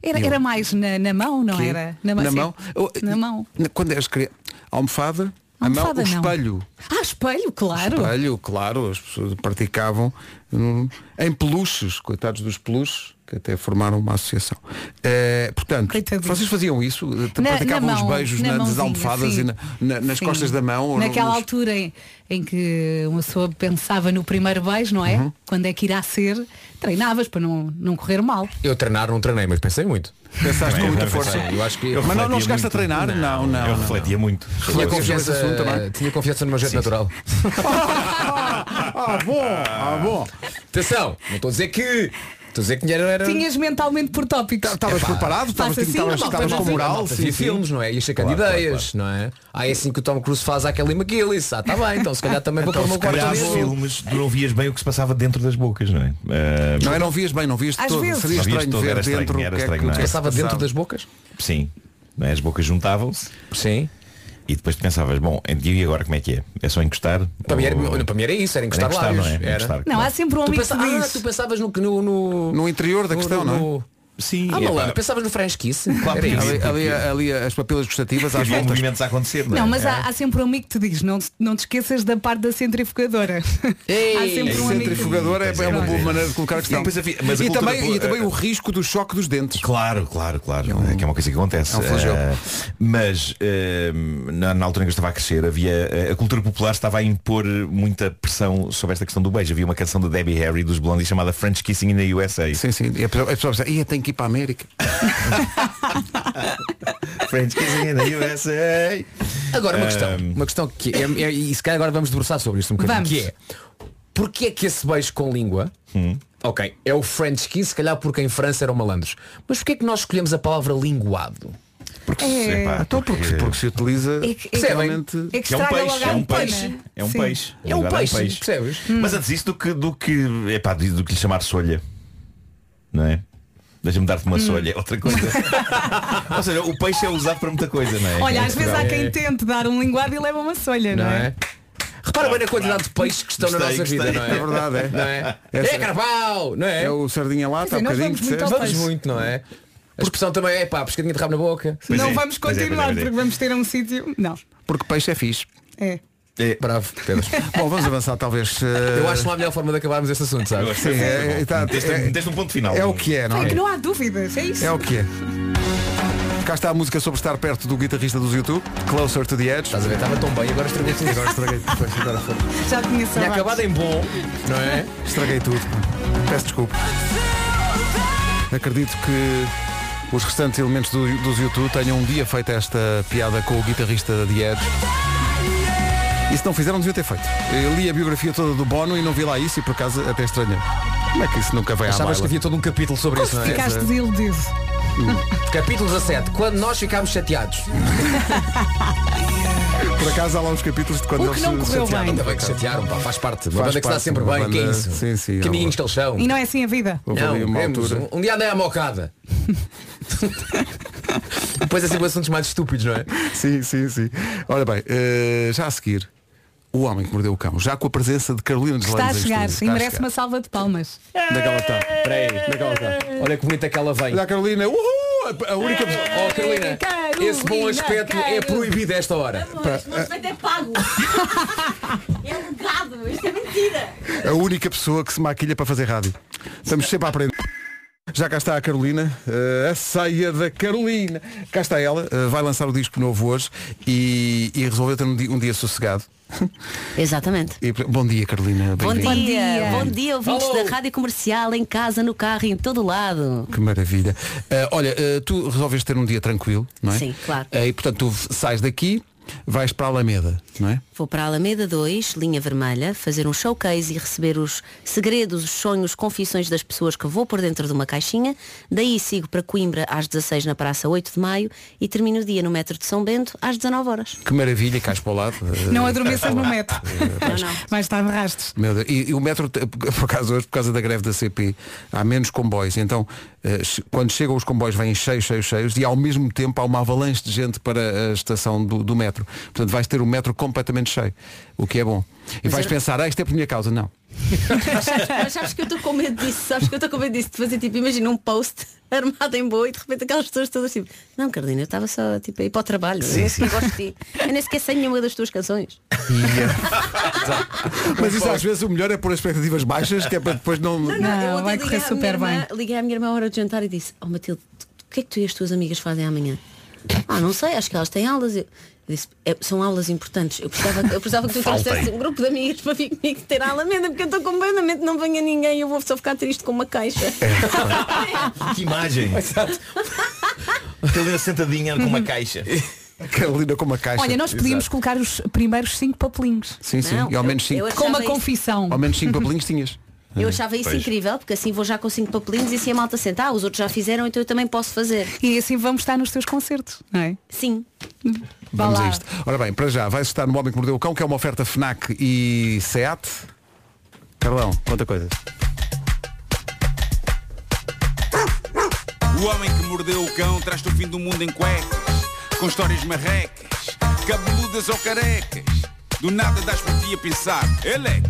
S5: Era, era mais na, na mão, não
S2: Quê?
S5: era?
S2: Na,
S5: sim.
S2: mão? Eu-
S5: Na mão.
S2: Na- Quando eras criança. Almofada, a mão,
S5: Almofada,
S2: o
S5: não.
S2: espelho.
S5: Ah, espelho, claro.
S2: Espelho, claro, as pessoas praticavam hum, em peluches, coitados dos peluches, que até formaram uma associação. Eh, portanto,
S5: Coitadinhos.
S2: vocês faziam isso? Te-
S5: Na-
S2: praticavam
S5: na
S2: os
S5: mão,
S2: beijos
S5: na
S2: nas
S5: mãozinha,
S2: almofadas
S5: sim.
S2: e na- na- nas
S5: Sim.
S2: costas da mão? ou
S5: Naquela
S2: nos-
S5: altura em, em que uma pessoa pensava no primeiro beijo, não é?
S2: Uhum.
S5: Quando é que irá ser, treinavas para não, não correr mal.
S8: Eu treinar não treinei, mas pensei muito.
S2: Pensaste com muita
S1: eu
S2: força.
S1: pensei,
S8: eu acho
S2: Mas
S8: que-
S2: não, não
S1: refletia
S2: chegaste a
S1: muito.
S2: treinar? Não, não.
S1: Eu
S2: não.
S1: refletia muito.
S8: Tinha
S2: Refletia sobre esse
S8: confiança,
S2: assunto também.
S8: tinha confiança no meu jeito natural.
S2: Ah, bom, ah, bom.
S8: Atenção, não estou a dizer que. Estou a dizer que dinheiro era.
S5: Tinhas mentalmente por tópicos.
S2: Estavas preparado? Estavas
S5: faça assim,
S2: estavas-
S5: malta,
S2: estavas
S5: não
S2: com
S5: fica
S2: moral?
S8: Malta, havia
S2: Sim, sim.
S8: filmes, não é? Ia checando ideias, não é? Ah, é assim que o Tom Cruise faz a Kelly McGillis. Ah, tá bem, então se calhar também vou para o meu quarto
S10: Calhar
S8: dele.
S10: filmes não vias bem o que se passava dentro das bocas, não é? Ah,
S2: Não, é, não vias bem, não vias de
S5: Às
S2: todo.
S5: vezes.
S2: Seria
S10: Não vias
S2: estranho
S10: todo,
S2: ver
S10: era estranho,
S2: dentro o
S10: era
S2: que é que-
S10: estranho,
S2: o que é que se
S8: Passava dentro
S2: passava.
S8: das bocas?
S10: sim. Não é? As bocas juntavam-se
S8: Sim.
S10: e depois tu pensavas, bom, e agora como é que é? É só encostar?
S8: Para mim era,
S10: Ou-
S8: olha, para mim era isso,
S10: Era
S8: era encostar,
S10: encostar, não é?
S8: lábios.
S10: Era
S8: Era.
S10: encostar,
S5: Não,
S10: claro.
S5: há sempre um
S8: Tu,
S5: amigo
S8: pensa-
S5: que
S8: ah,
S5: diz.
S8: tu pensavas no, no, no...
S2: No interior da questão, não é?
S10: Sim,
S8: Ah,
S10: é,
S8: malandro,
S10: pá,
S8: pensavas no French Kiss?
S10: Claro,
S8: Era isso.
S2: Ali, ali- ali as papilas gustativas às
S10: havia
S2: voltas.
S10: movimentos a acontecer, não é?
S5: Não, mas há, há sempre um amigo que te diz, não, te- não te esqueças da parte da centrifugadora.
S8: Ei,
S5: há sempre um amigo que diz.
S2: Centrifugador é, é uma boa maneira de colocar a questão.
S10: E depois havia- mas a
S2: E
S10: cultura
S2: também,
S10: pol-
S2: e também
S10: eh,
S2: o risco do choque dos dentes.
S10: Claro, claro, claro. É, que é uma coisa que acontece.
S2: é um flagelo.
S10: Eh, mas eh, na, na altura em que eu estava a crescer, havia eh, a cultura popular estava a impor muita pressão sobre esta questão do beijo. Havia uma canção da Debbie Harry dos Blondie chamada French Kissing in the USA.
S2: Sim, sim. E a pessoa, a pessoa pensa, ia tem que ir para a América.
S10: French Kissing in the USA.
S8: Agora uma questão, uma questão que é, é- e se calhar agora vamos debruçar sobre isto um bocadinho,
S5: Vamos.
S8: que é porque é que esse beijo com língua, ok, é o French kiss, se calhar porque em França eram malandros, mas porque é que nós escolhemos a palavra linguado?
S10: Porque,
S5: É.
S10: epá,
S2: Então, porque, porque se utiliza
S5: É que- é que-
S2: realmente...
S5: É que
S10: é um
S5: estraga
S10: peixe,
S5: logo
S10: é
S5: a
S10: um
S5: antena.
S10: peixe, é um
S5: Sim.
S10: peixe.
S8: É um
S10: Ligado a
S8: peixe, percebes?
S10: Mas antes disso do que do que, epá, do do que lhe chamar solha. Não é? Deixa-me dar-te uma solha, é outra coisa. Ou seja, o peixe é usado para muita coisa, não é?
S5: Olha,
S10: É
S5: às vezes há
S10: natural.
S5: quem tente dar um linguado e leva uma solha, não,
S8: Não
S5: é?
S8: é? Repara bem na quantidade de peixes que estão na
S10: Gostei,
S8: nossa vida,
S10: gostei.
S8: não
S2: É
S8: é?
S2: verdade, é.
S8: Não é?
S2: É
S8: É
S2: sério.
S8: carvão, não é?
S2: É o sardinha lá, está um
S5: Quer
S2: bocadinho
S5: dizer, nós vamos
S2: que
S5: muito
S2: disseste.
S5: ao
S8: Vamos
S5: peixe.
S8: muito, não é? A expressão também é pá, pescadinha de rabo na boca.
S10: Pois
S5: não
S10: é,
S5: vamos
S10: pois é, pois é,
S5: continuar
S10: pois é.
S5: porque vamos ter um sítio. Não.
S2: Porque peixe é fixe.
S5: É.
S10: É,
S8: Bravo, Pedro.
S2: Bom, vamos avançar talvez. eh,
S8: Eu acho que não há melhor forma de acabarmos este assunto, sabe?
S10: eu acho que
S2: Sim,
S10: foi muito
S2: é-
S10: bom.
S2: tá-
S10: Deste-
S2: é-
S10: deste um ponto final.
S2: É o que é, não
S5: É
S2: é?
S5: que não há dúvidas, é isso.
S2: É o que é. Cá está a música sobre estar perto do guitarrista dos YouTube, Closer to the Edge.
S8: Estás a ver? Estava tão bem, agora estragou tudo. Agora estraguei.
S5: Já tinha
S8: Tinha
S5: saudades.
S8: acabado em bom, não é?
S2: Estraguei tudo. Peço desculpa. Acredito que os restantes elementos do, dos YouTube tenham um dia feito esta piada com o guitarrista de Edge. E se não fizeram, deviam ter feito. Eu li a biografia toda do Bono e não vi lá isso e por acaso até estranhei. Como é que isso nunca vai à baila?
S8: Achavas que havia todo um capítulo sobre isso, não é?
S5: Ficaste desiludido.
S8: Capítulo 17. Quando nós ficámos chateados.
S2: Por acaso há lá uns capítulos de quando
S5: O que
S2: eles
S5: não
S2: se
S5: correu
S2: chatearam.
S5: bem.
S8: Ainda bem que chatearam, pá, faz parte. Uma
S2: Faz
S8: banda que está
S2: parte,
S8: sempre
S2: uma
S8: bem, que é
S2: banda-
S8: isso.
S2: sim, sim,
S8: que
S2: é
S8: amiguinhos que eles são.
S5: E não é assim a vida.
S2: Houve
S8: Não,
S2: ali uma
S8: queremos-
S2: altura.
S8: um, um dia andei à mocada. Depois é sempre assuntos mais estúpidos, não é?
S2: Sim, sim, sim. Ora bem, eh, já a seguir, o homem que mordeu o cão, já com a presença de Carolina de
S5: Está a chegar e merece uma salva de palmas.
S2: Daquela tarde. Daquela tarde.
S8: Olha que bonita que ela vem.
S2: Olha a Carolina, uhul! a- A única
S8: Oh
S5: É.
S8: Carolina,
S5: Carolina,
S8: esse bom aspecto é
S5: Carolina.
S8: proibido a esta hora.
S2: A única pessoa que se maquilha para fazer rádio. Estamos sempre a aprender. Já cá está a Carolina, eh, a ceia da Carolina. Cá está ela, eh, vai lançar o disco novo hoje e, e resolveu ter um dia, um dia sossegado.
S11: Exatamente.
S2: E, bom dia, Carolina.
S11: Bom
S2: bem-vinda.
S11: dia. bom dia,
S5: um dia.
S11: ouvintes
S8: Alô.
S11: da Rádio Comercial, em casa, no carro, em todo lado.
S2: Que maravilha. Ah, olha, ah, tu resolves ter um dia tranquilo, não é?
S11: Sim, claro.
S2: Ah, e portanto tu sais daqui, vais para a Alameda, não é?
S11: Vou para a Alameda 2, linha vermelha, fazer um showcase e receber os segredos, os sonhos, confissões das pessoas que vou por dentro de uma caixinha. Daí sigo para Coimbra às 16 na Praça 8 de Maio e termino o dia no metro de São Bento às 19 horas.
S2: Que maravilha, cá para o lado. Ah,
S5: Não adormeças no metro.
S11: Não, não.
S5: Mais tarde rastes.
S2: Meu Deus. E, e o metro, te- por acaso hoje, por causa da greve da CP, há menos comboios. Então, eh, che- quando chegam os comboios, vêm cheios, cheios, cheios, e ao mesmo tempo há uma avalanche de gente para a estação do, do metro. Portanto, vais ter o metro completamente cheio, o que é bom. E vais pensar, ah, isto é por minha causa. Não.
S11: Mas sabes que eu estou com medo disso, sabes que eu estou com medo disso, de fazer tipo, imagina um post armado em boa e de repente aquelas pessoas todas tipo, não Carolina, eu estava só tipo a ir para o trabalho, eu, eu gosto de ti. Eu nem sequer sei nenhuma das tuas canções.
S2: Mas isso às vezes o melhor é pôr expectativas baixas, que é para depois não.
S5: Não,
S11: eu ontem
S5: vai correr
S11: liguei à
S5: super
S11: minha irmã,
S5: bem.
S11: Liguei à minha irmã à hora de jantar e disse, oh Matilde, tu- tu- o que é que tu e as tuas amigas fazem amanhã? Ah, não sei, acho que elas têm aulas. Eu eu disse, "É, são aulas importantes. Eu precisava, eu precisava que tu trouxesse um grupo de amigas para vir comigo ter a alameda, porque eu estou completamente, não venha ninguém, eu vou só ficar triste com uma caixa.
S10: Que imagem. Carolina sentadinha com uma caixa.
S2: Carolina com uma caixa.
S5: Olha, nós podíamos colocar os primeiros cinco papelinhos.
S2: Sim, sim.
S11: Não,
S2: e ao
S11: eu-
S2: menos
S11: eu
S2: cinco.
S11: achava
S5: Com uma
S11: isso-
S5: confissão.
S2: Ao menos cinco papelinhos tinhas.
S11: Eu achava isso
S10: Pois.
S11: incrível, porque assim vou já com cinco papelinhos e se a malta senta, ah, os outros já fizeram, então eu também posso fazer.
S5: E assim vamos estar nos teus concertos, não é?
S11: Sim.
S5: Vá
S2: Vamos
S5: lá.
S2: a isto. Ora bem, para já, vai-se estar no Homem que Mordeu o Cão, que é uma oferta FNAC e SEAT. Carlão, conta coisas.
S12: O homem que mordeu o cão traz-te o fim do mundo em cuecas, com histórias marrecas, cabeludas ou carecas. Do nada das por ti a pensar, elecas,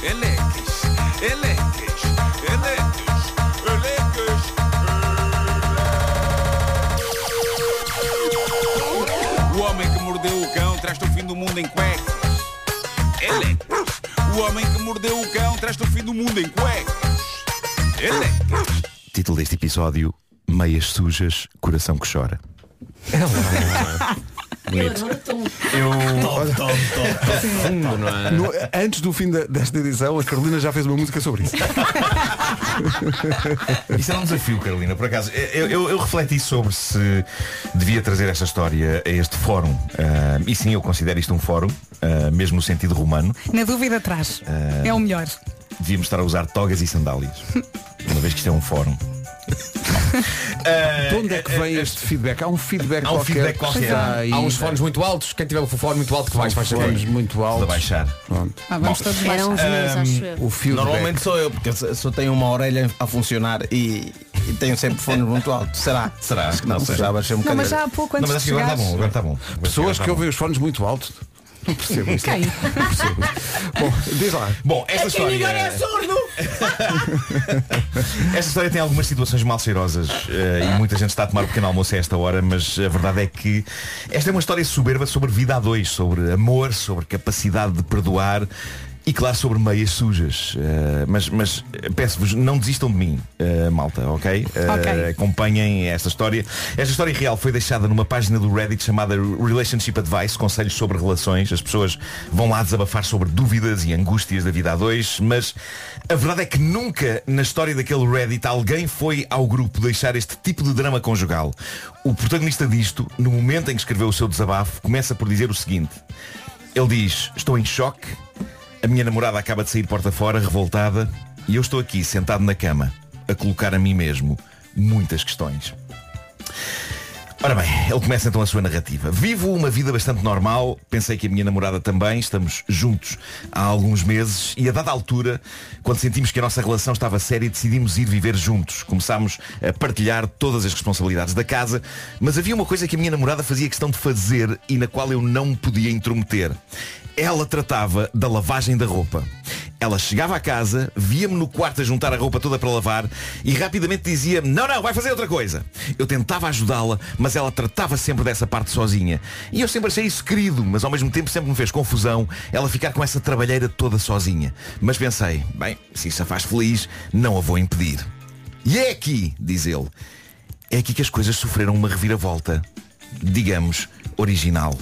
S12: elecas, elecas, elecas, elecas. O homem que mordeu o cão traz-te o fim do mundo em cuecas. Elecas. O homem que mordeu o cão traz-te o fim do mundo em cuecas. Elecas.
S10: Título deste episódio, Meias Sujas, Coração que Chora.
S11: um
S2: No- antes do fim da- desta edição, a Carolina já fez uma música sobre isso.
S10: Isso é um desafio, Carolina, por acaso. Eu, eu- eu refleti sobre se devia trazer esta história a este fórum. Ah, e sim, eu considero isto um fórum, ah, mesmo no sentido romano.
S5: Na dúvida atrás. É o melhor.
S10: Devíamos estar a usar togas e sandálias. Uma vez que isto é um fórum. Ah,
S2: De onde é que vem este feedback? Há um feedback
S10: Há um
S2: qualquer.
S10: feedback
S2: que
S10: qualquer.
S2: está
S10: Há
S2: aí.
S8: Há uns fones muito altos, quem tiver o fone muito alto que vais, vais saber.
S2: fones muito
S10: Vou
S2: altos.
S10: baixar.
S2: Pronto.
S3: Ah, vamos
S10: Bom,
S3: todos
S11: um
S13: Eram os meus, acho eu.
S2: O feedback.
S12: Normalmente sou eu, porque só só tenho uma orelha a funcionar e, e tenho sempre fones muito alto. Será?
S10: Será?
S12: Acho que não, será, baixei um
S3: Não, mas
S12: bocadinho.
S3: já há pouco
S10: Não,
S3: antes
S10: mas
S3: de
S10: acho que agora
S12: tá
S10: está
S3: chegares.
S10: bom, agora está bom. Acho
S2: Pessoas
S10: agora
S2: que
S10: está bom.
S2: ouvem os fones muito alto. Não percebo isto.
S3: Quem?
S2: Não percebo isto. Bom, diz lá. Então,
S10: Bom, esta história. Esta história tem algumas situações mal cheirosas eh, e muita gente está a tomar o pequeno almoço a esta hora, mas a verdade é que esta é uma história soberba sobre vida a dois, sobre amor, sobre capacidade de perdoar e claro sobre meias sujas. Eh, mas mas eh, peço-vos, não desistam de mim, eh, malta, ok? Eh,
S3: Ok.
S10: Acompanhem esta história. Esta história real foi deixada numa página do Reddit chamada Relationship Advice, conselhos sobre relações. As pessoas vão lá desabafar sobre dúvidas e angústias da vida a dois, mas a verdade é que nunca na história daquele Reddit alguém foi ao grupo deixar este tipo de drama conjugal. O protagonista disto, no momento em que escreveu o seu desabafo, começa por dizer o seguinte. Ele diz, estou em choque, a minha namorada acaba de sair porta fora, revoltada, e eu estou aqui, sentado na cama, a colocar a mim mesmo muitas questões. Ora bem, ele começa então a sua narrativa. Vivo uma vida bastante normal, pensei que a minha namorada também, estamos juntos há alguns meses e a dada altura, quando sentimos que a nossa relação estava séria, decidimos ir viver juntos. Começámos a partilhar todas as responsabilidades da casa, mas havia uma coisa que a minha namorada fazia questão de fazer e na qual eu não me podia intrometer. Ela tratava da lavagem da roupa. Ela chegava à casa, via-me no quarto a juntar a roupa toda para lavar e rapidamente dizia-me, não, não, vai fazer outra coisa. Eu tentava ajudá-la, mas ela tratava sempre dessa parte sozinha. E eu sempre achei isso querido, mas ao mesmo tempo sempre me fez confusão ela ficar com essa trabalheira toda sozinha. Mas pensei, bem, se isso a faz feliz, não a vou impedir. E é aqui, diz ele, é aqui que as coisas sofreram uma reviravolta, digamos, original.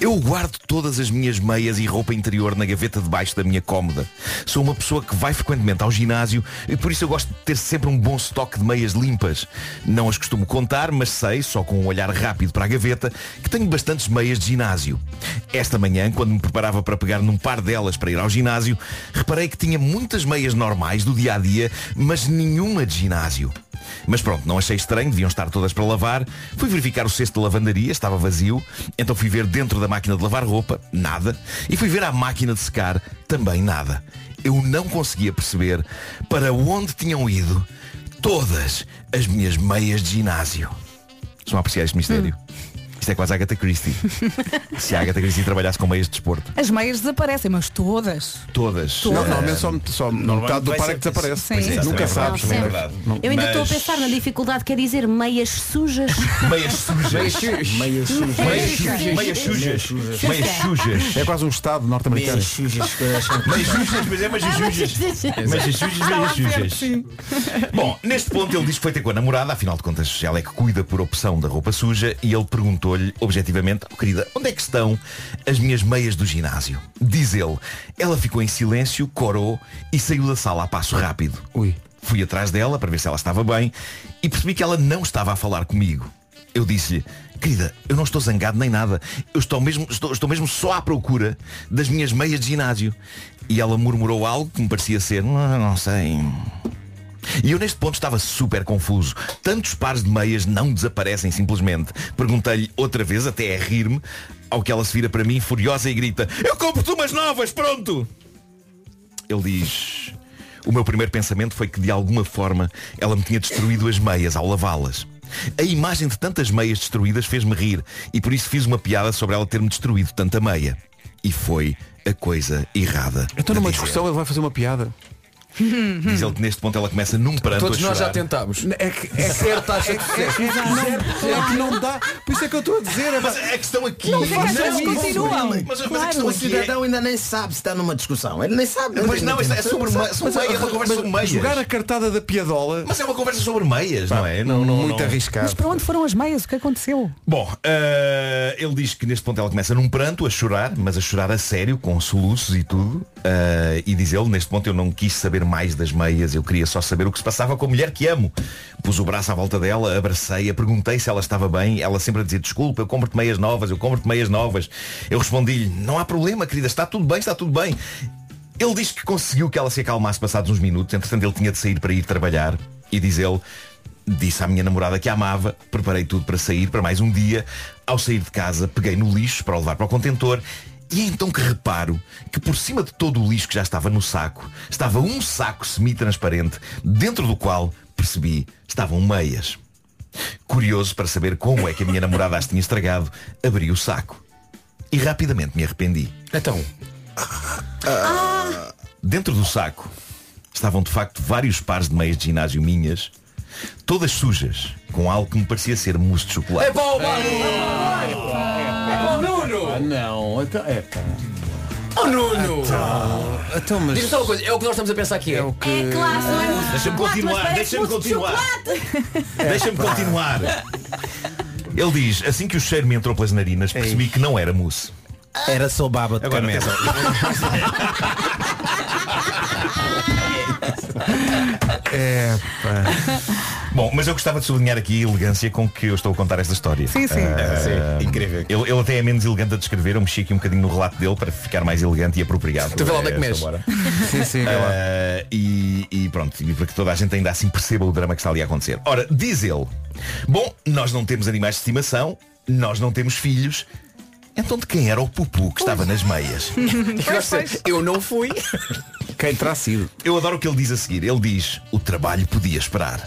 S10: Eu guardo todas as minhas meias e roupa interior na gaveta debaixo da minha cómoda. Sou uma pessoa que vai frequentemente ao ginásio e por isso eu gosto de ter sempre um bom estoque de meias limpas. Não as costumo contar, mas sei, só com um olhar rápido para a gaveta, que tenho bastantes meias de ginásio. Esta manhã, quando me preparava para pegar num par delas para ir ao ginásio, reparei que tinha muitas meias normais do dia a dia, mas nenhuma de ginásio. Mas pronto, não achei estranho, deviam estar todas para lavar. Fui verificar o cesto de lavandaria, estava vazio. Então fui ver dentro da máquina de lavar roupa, nada. E fui ver a máquina de secar, também nada. Eu não conseguia perceber para onde tinham ido todas as minhas meias de ginásio. Estão a apreciar este mistério? Isto é quase Agatha Christie. Se a Agatha Christie trabalhasse com meias de desporto,
S3: As meias desaparecem, mas todas.
S10: todas.
S2: Não,
S10: eh,
S2: normalmente só, só metade do
S12: vai
S2: par é
S12: ser-
S2: que desaparece.
S3: Sim. Pois é,
S2: Nunca
S10: também é
S2: sabes.
S10: verdade,
S13: Sempre.
S10: também é verdade.
S13: Eu ainda estou
S10: Mas
S13: a pensar na dificuldade que é dizer meias sujas.
S10: Meias sujas.
S12: Meias sujas.
S10: Meias sujas. Meias sujas. Meias sujas.
S2: É quase um Estado norte-americano.
S12: Meias sujas. que eu acho-
S10: Meias sujas, mas é meias sujas. Meias sujas, meias sujas. Bom, neste ponto ele diz que foi ter com a namorada, afinal de contas ela é que cuida por opção da roupa suja e ele perguntou-lhe objetivamente, "Oh, querida, onde é que estão as minhas meias do ginásio? Diz ele, ela ficou em silêncio, corou e saiu da sala a passo rápido.
S2: Ui.
S10: Fui atrás dela para ver se ela estava bem e percebi que ela não estava a falar comigo. Eu disse-lhe, querida, eu não estou zangado nem nada. Eu estou mesmo, estou, estou mesmo só à procura das minhas meias de ginásio. E ela murmurou algo que me parecia ser, "Não, não sei. E eu neste ponto estava super confuso. Tantos pares de meias não desaparecem simplesmente. Perguntei-lhe outra vez, até a rir-me, ao que ela se vira para mim furiosa e grita, eu compro-te umas novas, pronto! Ele diz O meu primeiro pensamento foi que de alguma forma Ela me tinha destruído as meias ao lavá-las A imagem de tantas meias destruídas fez-me rir E por isso fiz uma piada sobre ela ter-me destruído tanta meia E foi a coisa errada
S2: Eu estou numa
S10: a dizer.
S2: discussão, ele vai fazer uma piada.
S10: Diz ele que neste ponto ela começa num pranto
S8: Todos
S10: a
S8: nós já
S10: chorar
S8: tentámos.
S2: É que,
S8: É certo, acha que
S2: é que não, é que não dá. Por isso é que eu estou a dizer. É,
S10: Mas a questão aqui é
S3: Mas eles
S2: isso,
S3: continuam.
S10: Mas- mas a
S12: Claro,
S10: questão
S12: o
S10: aqui é-
S12: cidadão ainda nem sabe se está numa discussão. Ele nem sabe.
S10: Mas
S12: tem-
S10: não, isto é sobre meias São meias, é uma conversa sobre
S2: mas jogar a
S10: meias
S2: cartada da piadola
S10: Mas é uma conversa sobre meias, não é? Não, não,
S2: muito
S10: não.
S3: Mas
S2: arriscado.
S3: para onde foram as meias? O que aconteceu?
S10: Bom, eh, ele diz que neste ponto ela começa num pranto a chorar, mas a chorar a sério, com soluços e tudo. Eh, e diz ele, neste ponto eu não quis saber mais das meias, eu queria só saber o que se passava com a mulher que amo. Pus o braço à volta dela, abracei-a, perguntei se ela estava bem, ela sempre a dizer desculpa, eu compro-te meias novas, eu compro-te meias novas. Eu respondi-lhe, não há problema, querida, está tudo bem, está tudo bem. Ele diz que conseguiu que ela se acalmasse passados uns minutos, entretanto ele tinha de sair para ir trabalhar e diz ele, Disse à minha namorada que a amava, preparei tudo para sair para mais um dia. Ao sair de casa, peguei no lixo para o levar para o contentor e é então que reparo que por cima de todo o lixo que já estava no saco, estava um saco semi-transparente, dentro do qual, percebi, estavam meias. Curioso para saber como é que a minha namorada as tinha estragado, abri o saco. E rapidamente me arrependi. Ah.
S8: Então.
S10: Dentro do saco estavam de facto vários pares de meias de ginásio minhas, todas sujas, com algo que me parecia ser mousse de chocolate.
S8: É bom,
S12: É.
S8: É Nuno! Nuno!
S11: não, então, é pá.
S8: Oh, Nuno!
S2: Então, mas...
S8: Diz-me só uma coisa, é o que nós estamos a pensar aqui. É o que...
S13: É claro, não é mousse de
S10: Deixa-me
S13: chocolate,
S10: continuar,
S13: mas parece
S10: deixa-me
S13: mousse de
S10: continuar.
S13: chocolate.
S10: Deixa-me continuar. Ele diz, assim que o cheiro me entrou pelas narinas, percebi que não era mousse.
S12: Era só baba de
S10: Agora,
S12: camelo.
S10: atenção.
S2: É,
S10: Bom, mas eu gostava de sublinhar aqui a elegância com que eu estou a contar esta história.
S5: Sim, sim.
S12: eh,
S10: Ah,
S12: Sim, incrível.
S10: Ele, ele até é menos elegante a descrever, eu mexi aqui um bocadinho no relato dele para ficar mais elegante e apropriado.
S8: Tu vê lá onde é que
S10: a esta
S8: mexe.
S10: hora.
S2: sim, sim. vai lá.
S10: Ah, e, e pronto, e para que toda a gente ainda assim perceba o drama que está ali a acontecer. Ora, diz ele, bom, nós não temos animais de estimação, nós não temos filhos, então de quem era o pupu que estava nas meias?
S8: Eu gosto de dizer, Eu não fui.
S2: Quem terá sido?
S10: Eu adoro o que ele diz a seguir. Ele diz, o trabalho podia esperar.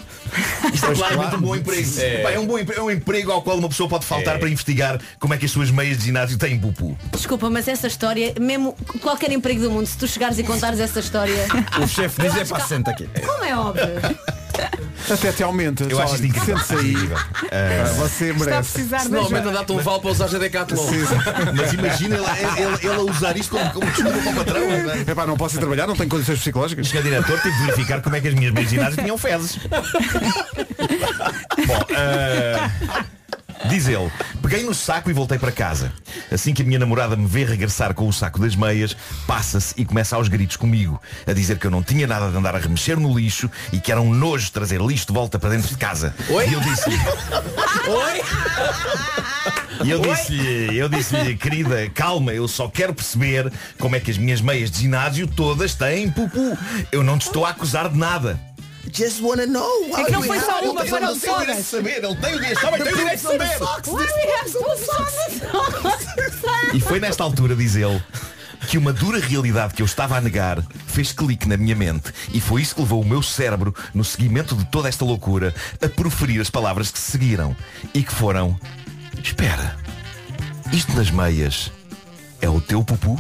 S10: Isto é claramente um bom emprego. Pá, É. um bom emprego, é um emprego ao qual uma pessoa pode faltar para investigar como é que as suas meias de ginásio têm pupu.
S13: Desculpa, mas essa história, mesmo qualquer emprego do mundo, se tu chegares e contares essa história,
S12: O chefe diz, é pá, senta aqui.
S13: como é óbvio?
S2: Ah, Até te aumenta.
S10: Eu acho isto
S2: Olha,
S10: incrível.
S2: sente-se aí.
S10: Incrível.
S2: Ah, Você
S5: Está a
S2: merece.
S5: precisar de ajuda.
S8: Normalmente dá-te um val para usar a Decathlon.
S10: Mas imagina ele, ele- ele a usar isto como, como desculpa para o patrão. não é?
S2: Epá, não posso ir trabalhar, não tenho condições psicológicas.
S10: Senhor diretor, tive de verificar como é que as minhas meias de ginásio tinham fezes. Bom, ah, diz ele, peguei no saco e voltei para casa. Assim que a minha namorada me vê regressar com o saco das meias, passa-se e começa aos gritos comigo, a dizer que eu não tinha nada de andar a remexer no lixo e que era um nojo trazer lixo de volta para dentro de casa.
S8: Oi?
S10: E eu disse-lhe,
S8: Oi?
S10: e eu disse-lhe, eu disse-lhe, querida, calma, eu só quero perceber como é que as minhas meias de ginásio todas têm pupu. Eu não te estou a acusar de nada. Just wanna know.
S5: É que não foi só uma, foram todas.
S10: saber, ele tem o direito de saber, tem o direito de saber. E foi nesta altura, diz ele, que uma dura realidade que eu estava a negar fez clique na minha mente. E foi isso que levou o meu cérebro, no seguimento de toda esta loucura, a proferir as palavras que seguiram. E que foram, espera, isto nas meias é o teu pupu?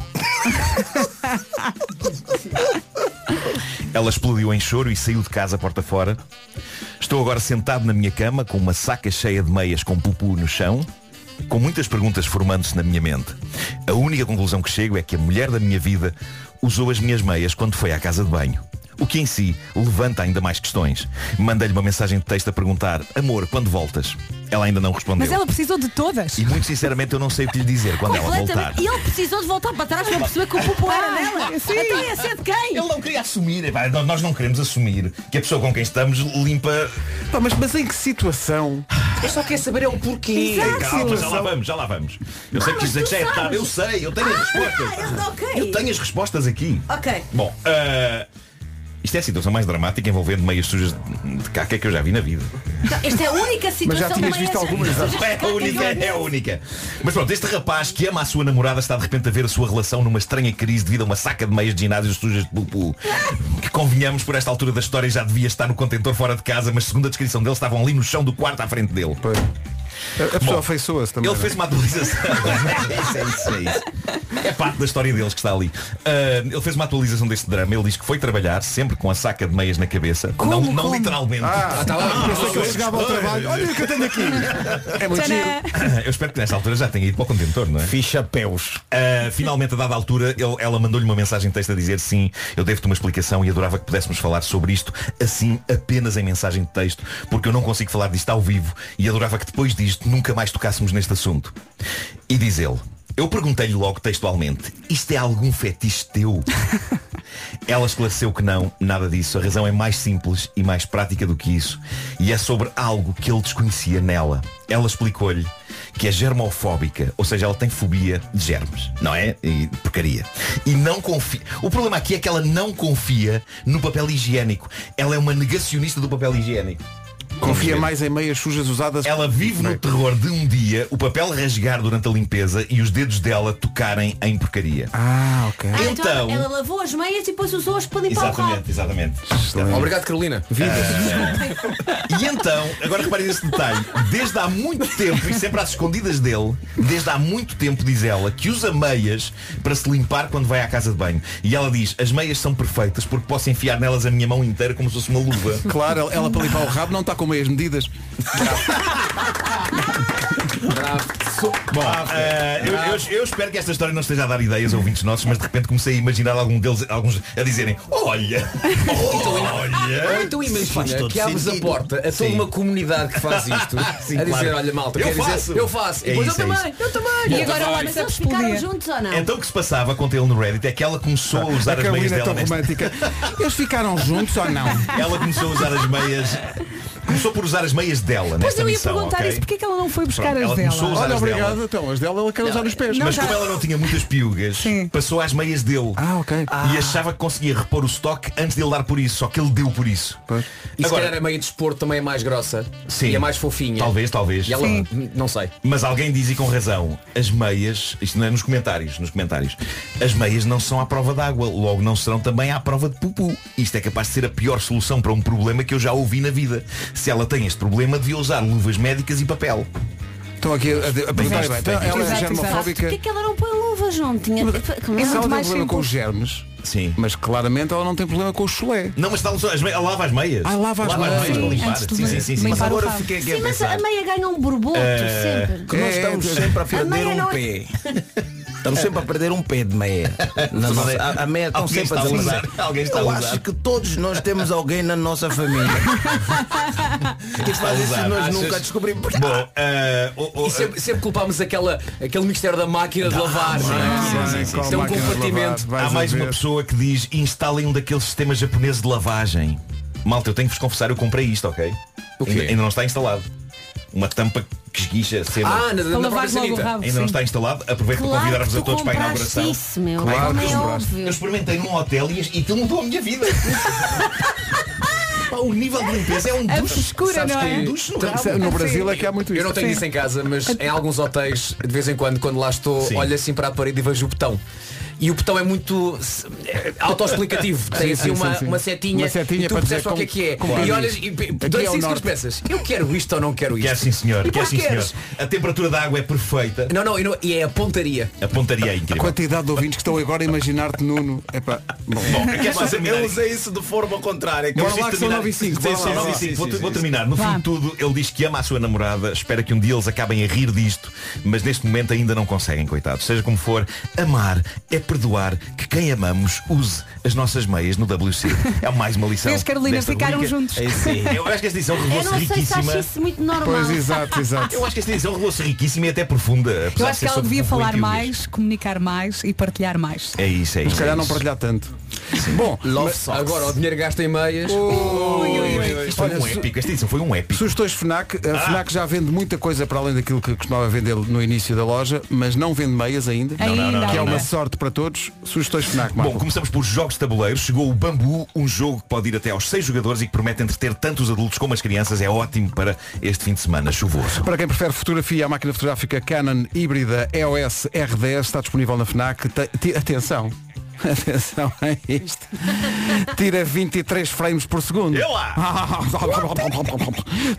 S10: Ela explodiu em choro e saiu de casa porta fora. Estou agora sentado na minha cama com uma saca cheia é de meias com pupu no chão, com muitas perguntas formando-se na minha mente. A única conclusão que chego é que a mulher da minha vida usou as minhas meias quando foi à casa de banho. O que em si levanta ainda mais questões. Mandei-lhe uma mensagem de texto a perguntar Amor, quando voltas? Ela ainda não respondeu.
S5: Mas ela precisou de todas.
S10: E muito sinceramente eu não sei o que lhe dizer quando ela
S12: Ah,
S10: voltar.
S13: Completamente. E ele precisou de voltar para trás para perceber que o pupo era dela.
S5: Ah. sim.
S13: Então ia ser de quem?
S10: Ele não queria assumir, epá, nó- nós não queremos assumir que a pessoa com quem estamos limpa.
S2: Pá, mas, mas em que situação?
S8: Eu só quero saber é o porquê.
S13: Exato.
S10: Calma, já lá vamos, já lá vamos. Eu sei que
S13: mas
S10: isto
S13: tu
S10: já é
S13: sabes.
S10: tarde, eu sei, eu tenho as respostas.
S13: ele- ok.
S10: Eu tenho as respostas aqui.
S13: Ok.
S10: Bom, ah, isto é a situação mais dramática envolvendo meias sujas de de caca que eu já vi na vida.
S13: Então, Esta é a única situação
S2: Mas já tinhas
S13: de
S2: visto
S13: meias-
S2: algumas, não
S10: É a única, é a única. Mas pronto, este rapaz que ama a sua namorada está de repente a ver a sua relação numa estranha crise devido a uma saca de meias de ginásio sujas de pupu. Que convenhamos, por esta altura da história já devia estar no contentor fora de casa, mas segundo a descrição dele estavam ali no chão do quarto à frente dele.
S2: Pois. A, a pessoa
S10: Bom,
S2: afeiçoa-se também.
S10: Ele fez uma atualização. é isso, é isso, é isso. É parte da história deles que está ali. Ah, ele fez uma atualização deste drama. Ele diz que foi trabalhar sempre com a saca de meias na cabeça. não não literalmente.
S8: Ah, tá
S2: Pensei que ele chegava ao trabalho. Olha o que eu tenho aqui. É muito giro.
S5: Tcharam!
S10: Eu espero que nesta altura já tenha ido para o contentor, não é?
S12: Ficha peus.
S10: Uh, finalmente, a dada altura, ele- ela mandou-lhe uma mensagem de texto a dizer sim, eu devo-te uma explicação e adorava que pudéssemos falar sobre isto assim, apenas em mensagem de texto, porque eu não consigo falar disto ao vivo e adorava que depois disto nunca mais tocássemos neste assunto. E diz ele, eu perguntei-lhe logo textualmente, isto é algum fetiche teu? Ela esclareceu que não, nada disso. A razão é mais simples e mais prática do que isso. E é sobre algo que ele desconhecia nela. Ela explicou-lhe que é germofóbica, ou seja, ela tem fobia de germes, não é? E de porcaria. E não confia. O problema aqui é que ela não confia no papel higiênico. Ela é uma negacionista do papel higiênico.
S2: Confia
S12: ver.
S2: mais em meias sujas usadas.
S12: Ela vive no terror de um dia o papel rasgar durante a limpeza e os dedos dela tocarem em porcaria.
S2: Ah, ok.
S11: Ah,
S12: Então-
S11: ela lavou as meias e depois usou as para limpar o carro.
S12: Exatamente, exatamente.
S8: Obrigado, Carolina.
S12: E então, agora reparem nesse detalhe, desde há muito tempo, e sempre às escondidas dele, desde há muito tempo diz ela que usa meias para se limpar quando vai à casa de banho. E ela diz, as meias são perfeitas porque posso enfiar nelas a minha mão inteira como se fosse uma luva.
S2: Claro, ela- ela para limpar o rabo não está com meias medidas.
S12: Bom, eh, eu, eu- eu espero que esta história não esteja a dar ideias a ouvintes nossos, mas de repente comecei a imaginar algum deles, alguns a dizerem, olha, olha. Faz
S8: Ou então imagina
S12: todo
S8: que abres a
S12: sentido.
S8: porta a toda
S12: Sim. Ah,
S8: uma comunidade que faz isto
S12: Sim,
S8: a dizer,
S12: claro.
S8: olha malta,
S12: Eu
S8: quer
S12: faço.
S8: dizer, eu faço.
S12: É
S8: e depois
S12: isso,
S8: eu
S12: é
S8: também, eu também.
S5: Então
S11: E agora o Mas
S14: WhatsApp
S11: eles ficaram
S14: explodia.
S11: juntos ou não?
S12: Então o que se passava com ele no Reddit é que ela começou a usar
S2: a
S12: as meias
S2: Carolina é
S12: dela
S2: tão
S12: nesta
S2: romântica. Eles ficaram juntos ou não?
S12: Ela começou a usar as meias. Começou por usar as meias dela
S5: Pois
S12: nesta
S5: eu ia
S12: missão.
S5: perguntar
S12: ok?
S5: isso, porque é que ela não foi buscar
S12: Pronto,
S5: as
S12: ela né?
S5: dela?
S12: começou a usar
S2: Olha,
S12: as dela.
S2: obrigado. Então, as dela ela quer usar os pés.
S5: não,
S12: Mas
S5: já-
S12: como ela não tinha muitas piugas,
S5: Sim.
S12: passou às meias dele
S2: Ah, ok.
S12: e achava que conseguia repor o estoque antes de ele dar por isso, só que ele deu por isso.
S2: Pois.
S8: E se
S12: Agora-
S8: calhar a meia de esporte também é mais grossa
S12: Sim.
S8: e é mais fofinha.
S12: Talvez, talvez.
S8: E ela, hum,
S5: Sim.
S8: não sei.
S12: Mas alguém diz e com razão, as meias, isto não é nos comentários, nos comentários, as meias não são à prova d'água, logo não serão também à prova de pupu. Isto é capaz de ser a pior solução para um problema que eu já ouvi na vida. Se ela tem este problema, devia usar luvas médicas e papel.
S2: Estão aqui a, a, a perguntar.
S12: visto,
S2: bem. Então,
S12: bem
S2: ela é
S11: Exato, exato.
S2: germofóbica.
S11: Porquê que ela não põe luvas? Não tinha. Como
S2: Ela tem
S11: é?
S2: problema com os germes,
S12: Sim.
S2: mas claramente ela não tem problema com o chulé.
S12: Não, mas está as meias, ela lava as meias.
S2: Ah, lava as meias.
S12: para
S2: Sim,
S12: limpar.
S5: antes de
S12: Sim, sim, sim, sim.
S5: limpar o rabo.
S12: fiquei aqui
S11: Sim, mas a meia ganha um borboto sempre.
S10: Que nós
S2: É,
S10: estamos
S2: é,
S10: sempre a perder
S11: meia
S10: um
S11: não é-
S10: pé. Estamos sempre a perder um pé de meia. Na nossa- a, a meia estão
S12: Alguém
S10: sempre a
S12: está a
S10: deslizar.
S12: usar. Alguém está a
S10: Eu
S12: usar.
S10: acho que todos nós temos alguém na nossa família.
S12: é
S10: é que faz isso
S12: usar. Ah,
S10: e nós
S12: Achas?
S10: nunca é descobrimos.
S12: Bom, eh, o- o-
S8: E sempre, sempre culpámos aquela, aquele mistério da máquina de lavar, não é?
S12: sim, sim,
S8: Isto é um compartimento.
S12: Há mais uma pessoa que diz instalem um daqueles sistemas japoneses de lavagem. Malta, eu tenho que vos confessar, eu comprei isto, ok?
S8: O quê?
S12: Ainda, ainda não está instalado. Uma tampa que esguicha sempre.
S8: Ah,
S5: Para
S8: na, na
S5: lavar
S8: própria
S5: logo o
S8: sanita.
S5: rabo.
S12: ainda não
S5: sim.
S12: está instalado. Aproveito para
S11: Claro que
S12: convidar-vos a
S11: tu
S12: todos para a
S11: compraste
S12: inauguração.
S11: isso, meu.
S2: Claro
S11: Como
S2: que
S11: é
S2: compraste.
S12: Eu
S11: óbvio.
S12: experimentei num hotel e, e aquilo mudou a minha vida. Pá, o nível de limpeza é um
S5: A
S12: duche. Um
S5: frescura,
S8: Sabes
S5: não
S8: que-
S5: é?
S12: Duche no
S2: Então,
S12: rabo.
S2: se- No Brasil é que há muito isso.
S8: Eu não tenho
S5: Sim.
S8: isso em casa, mas em alguns hotéis, de vez em quando, quando lá estou,
S12: Sim.
S8: olho assim para a parede e vejo o botão. E o botão é muito se- é, autoexplicativo. Tem
S2: Sim,
S8: assim
S2: sim,
S8: uma,
S2: sim, sim.
S8: uma setinha.
S2: Uma setinha
S8: e tu
S2: para dizer
S8: percebes o que é que é.
S2: como- como
S8: e
S2: é
S8: olhas
S2: isso.
S8: e
S2: Aqui
S8: dois
S2: é o
S8: segundos
S2: norte.
S8: pensas, eu quero isto ou não quero isto?
S12: Quer sim senhor,
S8: E
S12: quer
S8: depois
S12: sim senhor.
S8: queres.
S12: A temperatura da água é perfeita.
S8: Não, não, e não- e é a pontaria.
S12: A pontaria é incrível.
S2: Quantidade de ouvintes que estão agora a imaginar-te Nuno. Epá, bom. é
S12: Bom, eu quero só terminar isto.
S10: isso de forma contrária.
S12: Eu
S2: Bora
S12: preciso
S2: lá que são
S12: terminar.
S2: 9 e cinco,
S12: Sim,
S2: bora
S12: são
S2: lá,
S12: 9 e
S2: sim,
S12: cinco.
S2: sim,
S12: Vou-
S2: sim,
S12: Vou terminar. No fim de tudo, ele diz que ama a sua namorada, espera que um dia eles acabem a rir disto, mas neste momento ainda não conseguem, coitados. Seja como for, amar é perdoar que quem amamos use as nossas meias no WC. É mais uma lição.
S5: Vês, Carolina,
S12: desta
S5: ficaram
S12: rubrica.
S5: juntos.
S10: É sim.
S12: Eu acho que esta edição
S11: Eu
S12: revelou-se
S11: não sei se acho
S12: riquíssima.
S11: isso muito normal.
S2: Pois, exato, exato.
S12: Eu acho que esta edição revelou-se riquíssima e até profunda.
S5: Eu
S12: apesar de
S5: acho
S12: ser
S5: que ela
S12: sobre
S5: devia
S12: Google e
S5: falar
S12: piugas.
S5: mais, comunicar mais e partilhar mais.
S12: É isso, é isso.
S2: Se calhar
S12: é
S2: não
S12: isso.
S2: partilhar tanto. Bom, mas-
S8: Agora o dinheiro gasta em meias.
S12: Isto foi
S2: Olha,
S12: um
S2: su-
S12: épico. Esta edição foi um épico.
S2: Sugestões FNAC. A FNAC já vende muita coisa para além daquilo que costumava vender no início da loja, mas não vende meias ainda.
S5: Ainda,
S12: não, não,
S2: Que é
S5: ainda.
S2: uma sorte para todos. Sugestões FNAC,
S12: Bom,
S2: Marco.
S12: começamos por jogos de tabuleiro. Chegou o Bambu, um jogo que pode ir até aos 6 jogadores e que promete entreter tanto os adultos como as crianças. É ótimo para este fim de semana chuvoso.
S2: Para quem prefere fotografia, a máquina fotográfica Canon híbrida EOS R10 está disponível na FNAC. Te- te- atenção. Atenção a isto. Tira 23 frames por segundo.
S12: Eu lá!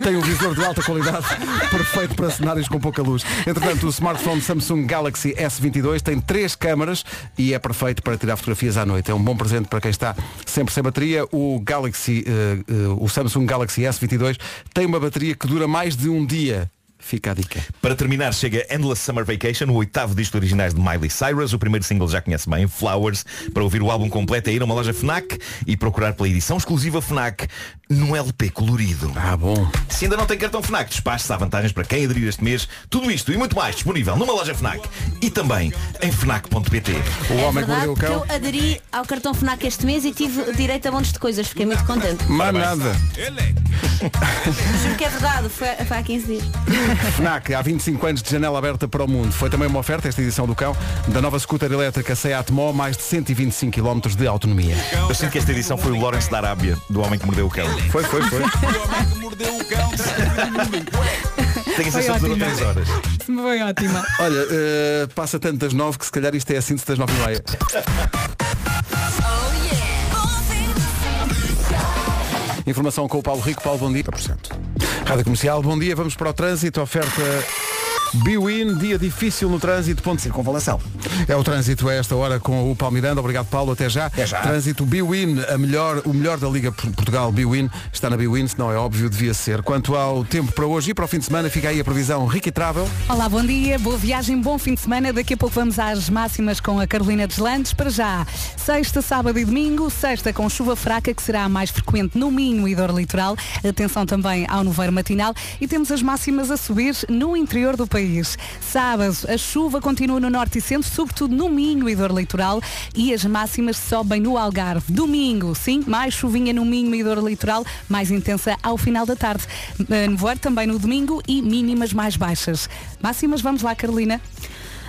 S2: Tem um visor de alta qualidade, perfeito para cenários com pouca luz. Entretanto, o smartphone Samsung Galaxy S22 tem três câmaras e é perfeito para tirar fotografias à noite. É um bom presente para quem está sempre sem bateria. O Galaxy, eh, eh, o Samsung Galaxy S22 tem uma bateria que dura mais de um dia. Fica a dica.
S12: Para terminar, chega Endless Summer Vacation, o oitavo disco de originais de Miley Cyrus. O primeiro single já conhece bem, Flowers. Para ouvir o álbum completo é ir a uma loja FNAC e procurar pela edição exclusiva FNAC num LP colorido.
S2: Ah, bom.
S12: Se ainda não tem cartão FNAC, despache-se há vantagens para quem aderir este mês. Tudo isto e muito mais disponível numa loja FNAC e também em FNAC.pt.
S2: O
S11: É
S2: homem que
S11: verdade
S2: mordeu o
S11: porque
S2: cão.
S11: eu aderi ao cartão FNAC este mês e tive direito a montes de coisas. Fiquei muito contente.
S2: Mas nada.
S11: Juro que é verdade. Foi, foi há 15 dias.
S2: FNAC, há 25 anos de janela aberta para o mundo. Foi também uma oferta, esta edição do cão, da nova scooter elétrica Seat Mó, mais de 125 km de autonomia.
S12: Eu sinto que esta edição foi o Lawrence da Arábia, do Homem que Mordeu o Cão. Foi, foi, foi. Tenho a
S5: Foi
S12: sensação que durou
S5: ótima.
S12: três horas.
S5: Foi ótima.
S2: Olha, eh, passa tanto das 9 que se calhar isto é a síntese das 9 e meia. Informação com o Paulo Rico. Paulo, bom dia. Rádio Comercial, bom dia. Vamos para o trânsito. Oferta Biwin, dia difícil no trânsito. Ponto de circunvalação. É o trânsito a esta hora com o Paulo Miranda. Obrigado, Paulo. Até já.
S10: Até já.
S2: Trânsito Biwin, a melhor, o melhor da Liga Por- Portugal. Biwin está na Biwin, se não é óbvio, devia ser. Quanto ao tempo para hoje e para o fim de semana, fica aí a previsão Ricky Travel.
S5: Olá, bom dia, boa viagem, bom fim de semana. Daqui a pouco vamos às máximas com a Carolina Deslandes. Para já, sexta, sábado e domingo. Sexta com chuva fraca, que será a mais frequente no Minho e Dor Litoral. Atenção também ao noveiro matinal. E temos as máximas a subir no interior do país. Sábado, a chuva continua no norte e centro, sobretudo no Minho e Dor Litoral. E as máximas sobem no Algarve. Domingo, sim, mais chuvinha no Minho e Dor Litoral, mais intensa ao final da tarde. Eh, Nevoeiro também no domingo e mínimas mais baixas. Máximas, vamos lá, Carolina.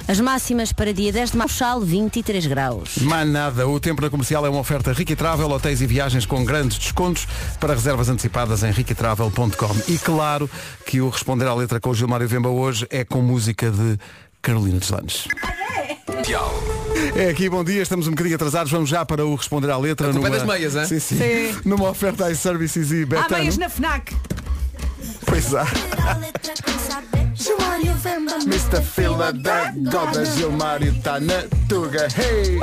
S15: As máximas para dia 10 de março, Funchal, 23 graus.
S2: Mais nada, o tempo na comercial é uma oferta Ricky Travel, hotéis e viagens com grandes descontos para reservas antecipadas em riquitravel.com. E claro que o responder à letra com o Gilmário Vemba hoje é com música de Carolina dos Landes. É aqui, bom dia, estamos um bocadinho atrasados, vamos já para o responder à letra.
S16: A culpa é
S2: numa...
S16: das meias, é?
S2: Sim, sim.
S16: Sim.
S2: Numa oferta iServices e
S5: Há
S2: Betano.
S5: Ah, meias na FNAC.
S2: Pois há. Mr.
S5: Oh
S2: Fila da Goda, Gilmário está na Tuga. Hey!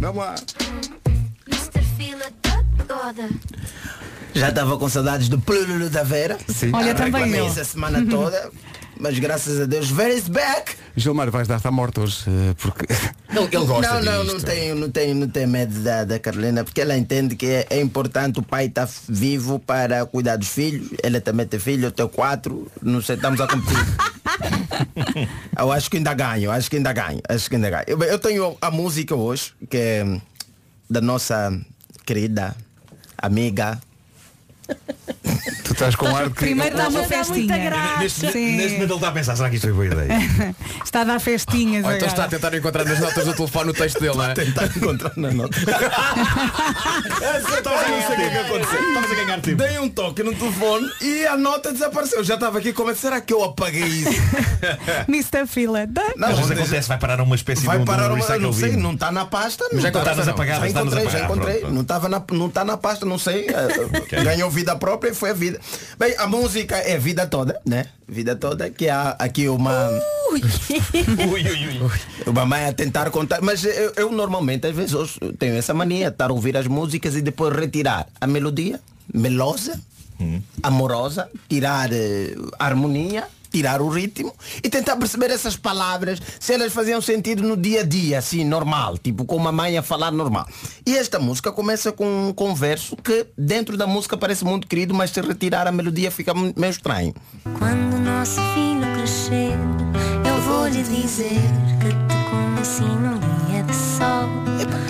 S2: Vamos lá.
S8: Já estava com saudades do plululu da Vera.
S2: Sim. Olha,
S8: Ah,
S2: também
S8: reclamei
S2: eu.
S8: essa semana
S10: Uhum.
S8: toda. Mas graças a Deus, Vera is back.
S2: Gilmário, vais dar-te à morte hoje, eh, porque...
S8: não, não, não tenho, não tenho, não tenho medo da, da Carolina, porque ela entende que é, é importante o pai estar vivo para cuidar dos filhos. Ela também tem filho, eu tenho quatro, não sei, estamos a competir. eu acho que ainda ganho, acho que ainda ganho, acho que ainda ganho. Eu, eu tenho a música hoje, que é hum, da nossa querida amiga.
S2: tu estás com ar de
S5: Primeiro dá uma festinha.
S12: Neste,
S5: Sim.
S12: neste momento ele está a pensar, será que isto foi boa ideia?
S5: Está a dar festinhas.
S8: Ah,
S16: Ou então
S5: agora.
S16: está a tentar encontrar nas notas do telefone o texto dele, não é?
S8: tentar encontrar na nota.
S12: Estamos a não sei o que é que aconteceu. Estamos a ganhar tempo.
S8: Dei um toque no telefone e a nota desapareceu. Já estava aqui como será que eu apaguei isso?
S5: Mr. Fila da
S8: tá. Não,
S12: Às vezes
S8: mas-
S12: acontece, vai parar a uma espécie de
S8: Vai
S12: um, de
S8: parar
S12: um
S8: uma, é eu
S12: recycle
S8: não sei,
S12: bin.
S8: não tá está na pasta.
S12: Mas tá já
S8: está
S12: encontraste
S8: na-
S12: apagado,
S8: Já
S12: está nos
S8: encontrei, já
S12: apagados,
S8: encontrei.
S12: Ah, pronto.
S8: Não estava na, não está na pasta, não sei. eh,
S12: Ok.
S8: Ganhou vida própria, foi a vida. Bem, a música é vida toda, né? Vida toda, que há aqui uma
S12: Ui, ui, ui.
S8: uma mãe a tentar contar. Mas eu, eu normalmente, às vezes, hoje, tenho essa mania, estar a ouvir as músicas e depois retirar a melodia, melosa, Hum. amorosa, tirar eh, a harmonia, tirar o ritmo e tentar perceber essas palavras, se elas faziam sentido no dia a dia, assim, normal, tipo como a mãe a falar normal. E esta música começa com um converso que dentro da música parece muito querido, mas se retirar a melodia fica mu- meio estranho.
S11: Quando o nosso filho crescer, eu vou lhe dizer que te
S15: assim,
S11: conheci num dia de sol.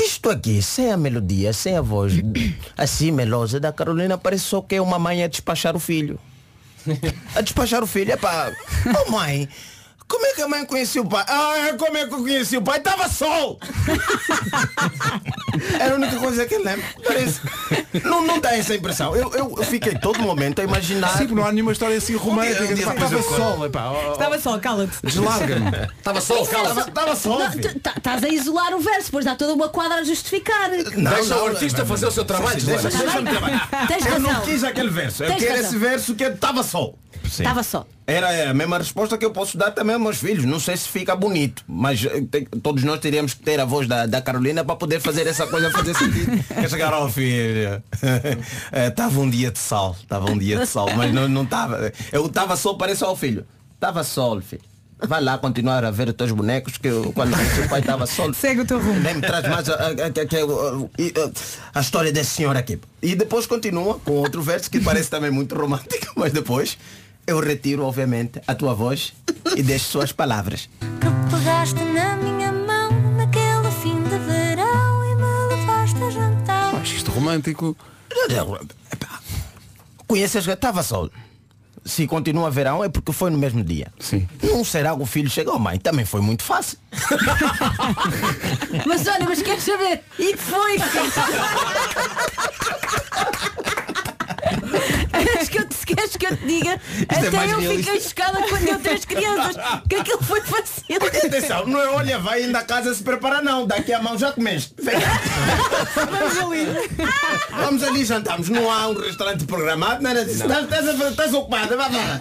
S8: Isto aqui, sem a melodia, sem a voz assim melosa da Carolina, parece só que é uma mãe a despachar o filho. A despachar o filho, é pá. Oh mãe, como é que a mãe conheceu o pai? Ah, como é que eu conheci o pai? Estava sol! Era a única coisa que eu lembro. Parece- Não, não dá essa impressão. Eu, eu, eu fiquei todo momento a imaginar.
S2: Ah, Sim, não há nenhuma história assim romântica.
S8: Um dia- um dia
S2: Estava
S8: depois eu
S2: sol, epá. ó, ó,
S5: Estava só, cala-te.
S2: Deslarga-me.
S16: Estava só, calma.
S8: Estava sol. filho.
S15: Estás tá, a isolar o verso, pois dá toda uma quadra a justificar.
S16: Deixa o artista fazer o seu trabalho,
S8: Deixa-
S16: Joana.
S8: Deixa-me trabalhar.
S15: Tens
S8: Eu não
S15: razão.
S8: quis aquele verso. Eu
S15: Tens
S8: quero
S15: razão.
S8: esse verso que estava sol.
S15: Estava só.
S8: Era a mesma resposta que eu posso dar também aos meus filhos. Não sei se fica bonito, mas eh, te- todos nós teríamos que ter a voz da, da Carolina para poder fazer essa coisa fazer sentido. Quer chegar ao filho. Estava um dia de sol, estava um dia de sol, mas não não estava. Eu estava sol, parece ao filho. Estava sol, filho. Vai lá continuar a ver os teus bonecos que eu- quando o seu pai estava sol.
S5: Segue o teu rumo.
S8: Nem me traz mais a, a, a- a- a- a história desse senhor aqui. E depois continua com outro verso que parece também muito romântico, mas depois eu retiro, obviamente, a tua voz e deixo suas palavras.
S11: Que pegaste na minha mão naquele fim de verão e me levaste a jantar.
S2: Acho isto romântico.
S8: Conheces que estava sol. Se continua verão é porque foi no mesmo dia.
S2: Sim.
S8: Não será que o filho chegou, mãe? Também foi muito fácil.
S15: Mas olha, mas queres saber? E que foi?
S17: Queres que eu te, queres que eu te diga?
S8: é
S17: Até
S8: mais
S17: eu
S8: realista.
S17: fiquei chocada quando eu três crianças. Que aquilo foi fácil.
S8: Atenção, não é olha, vai ainda a casa se preparar não, daqui a mão já comeste. Vem. Vamos ali. Vamos ali jantamos, não há um restaurante programado, nada disso. Estás, estás, a- estás ocupada, vá lá.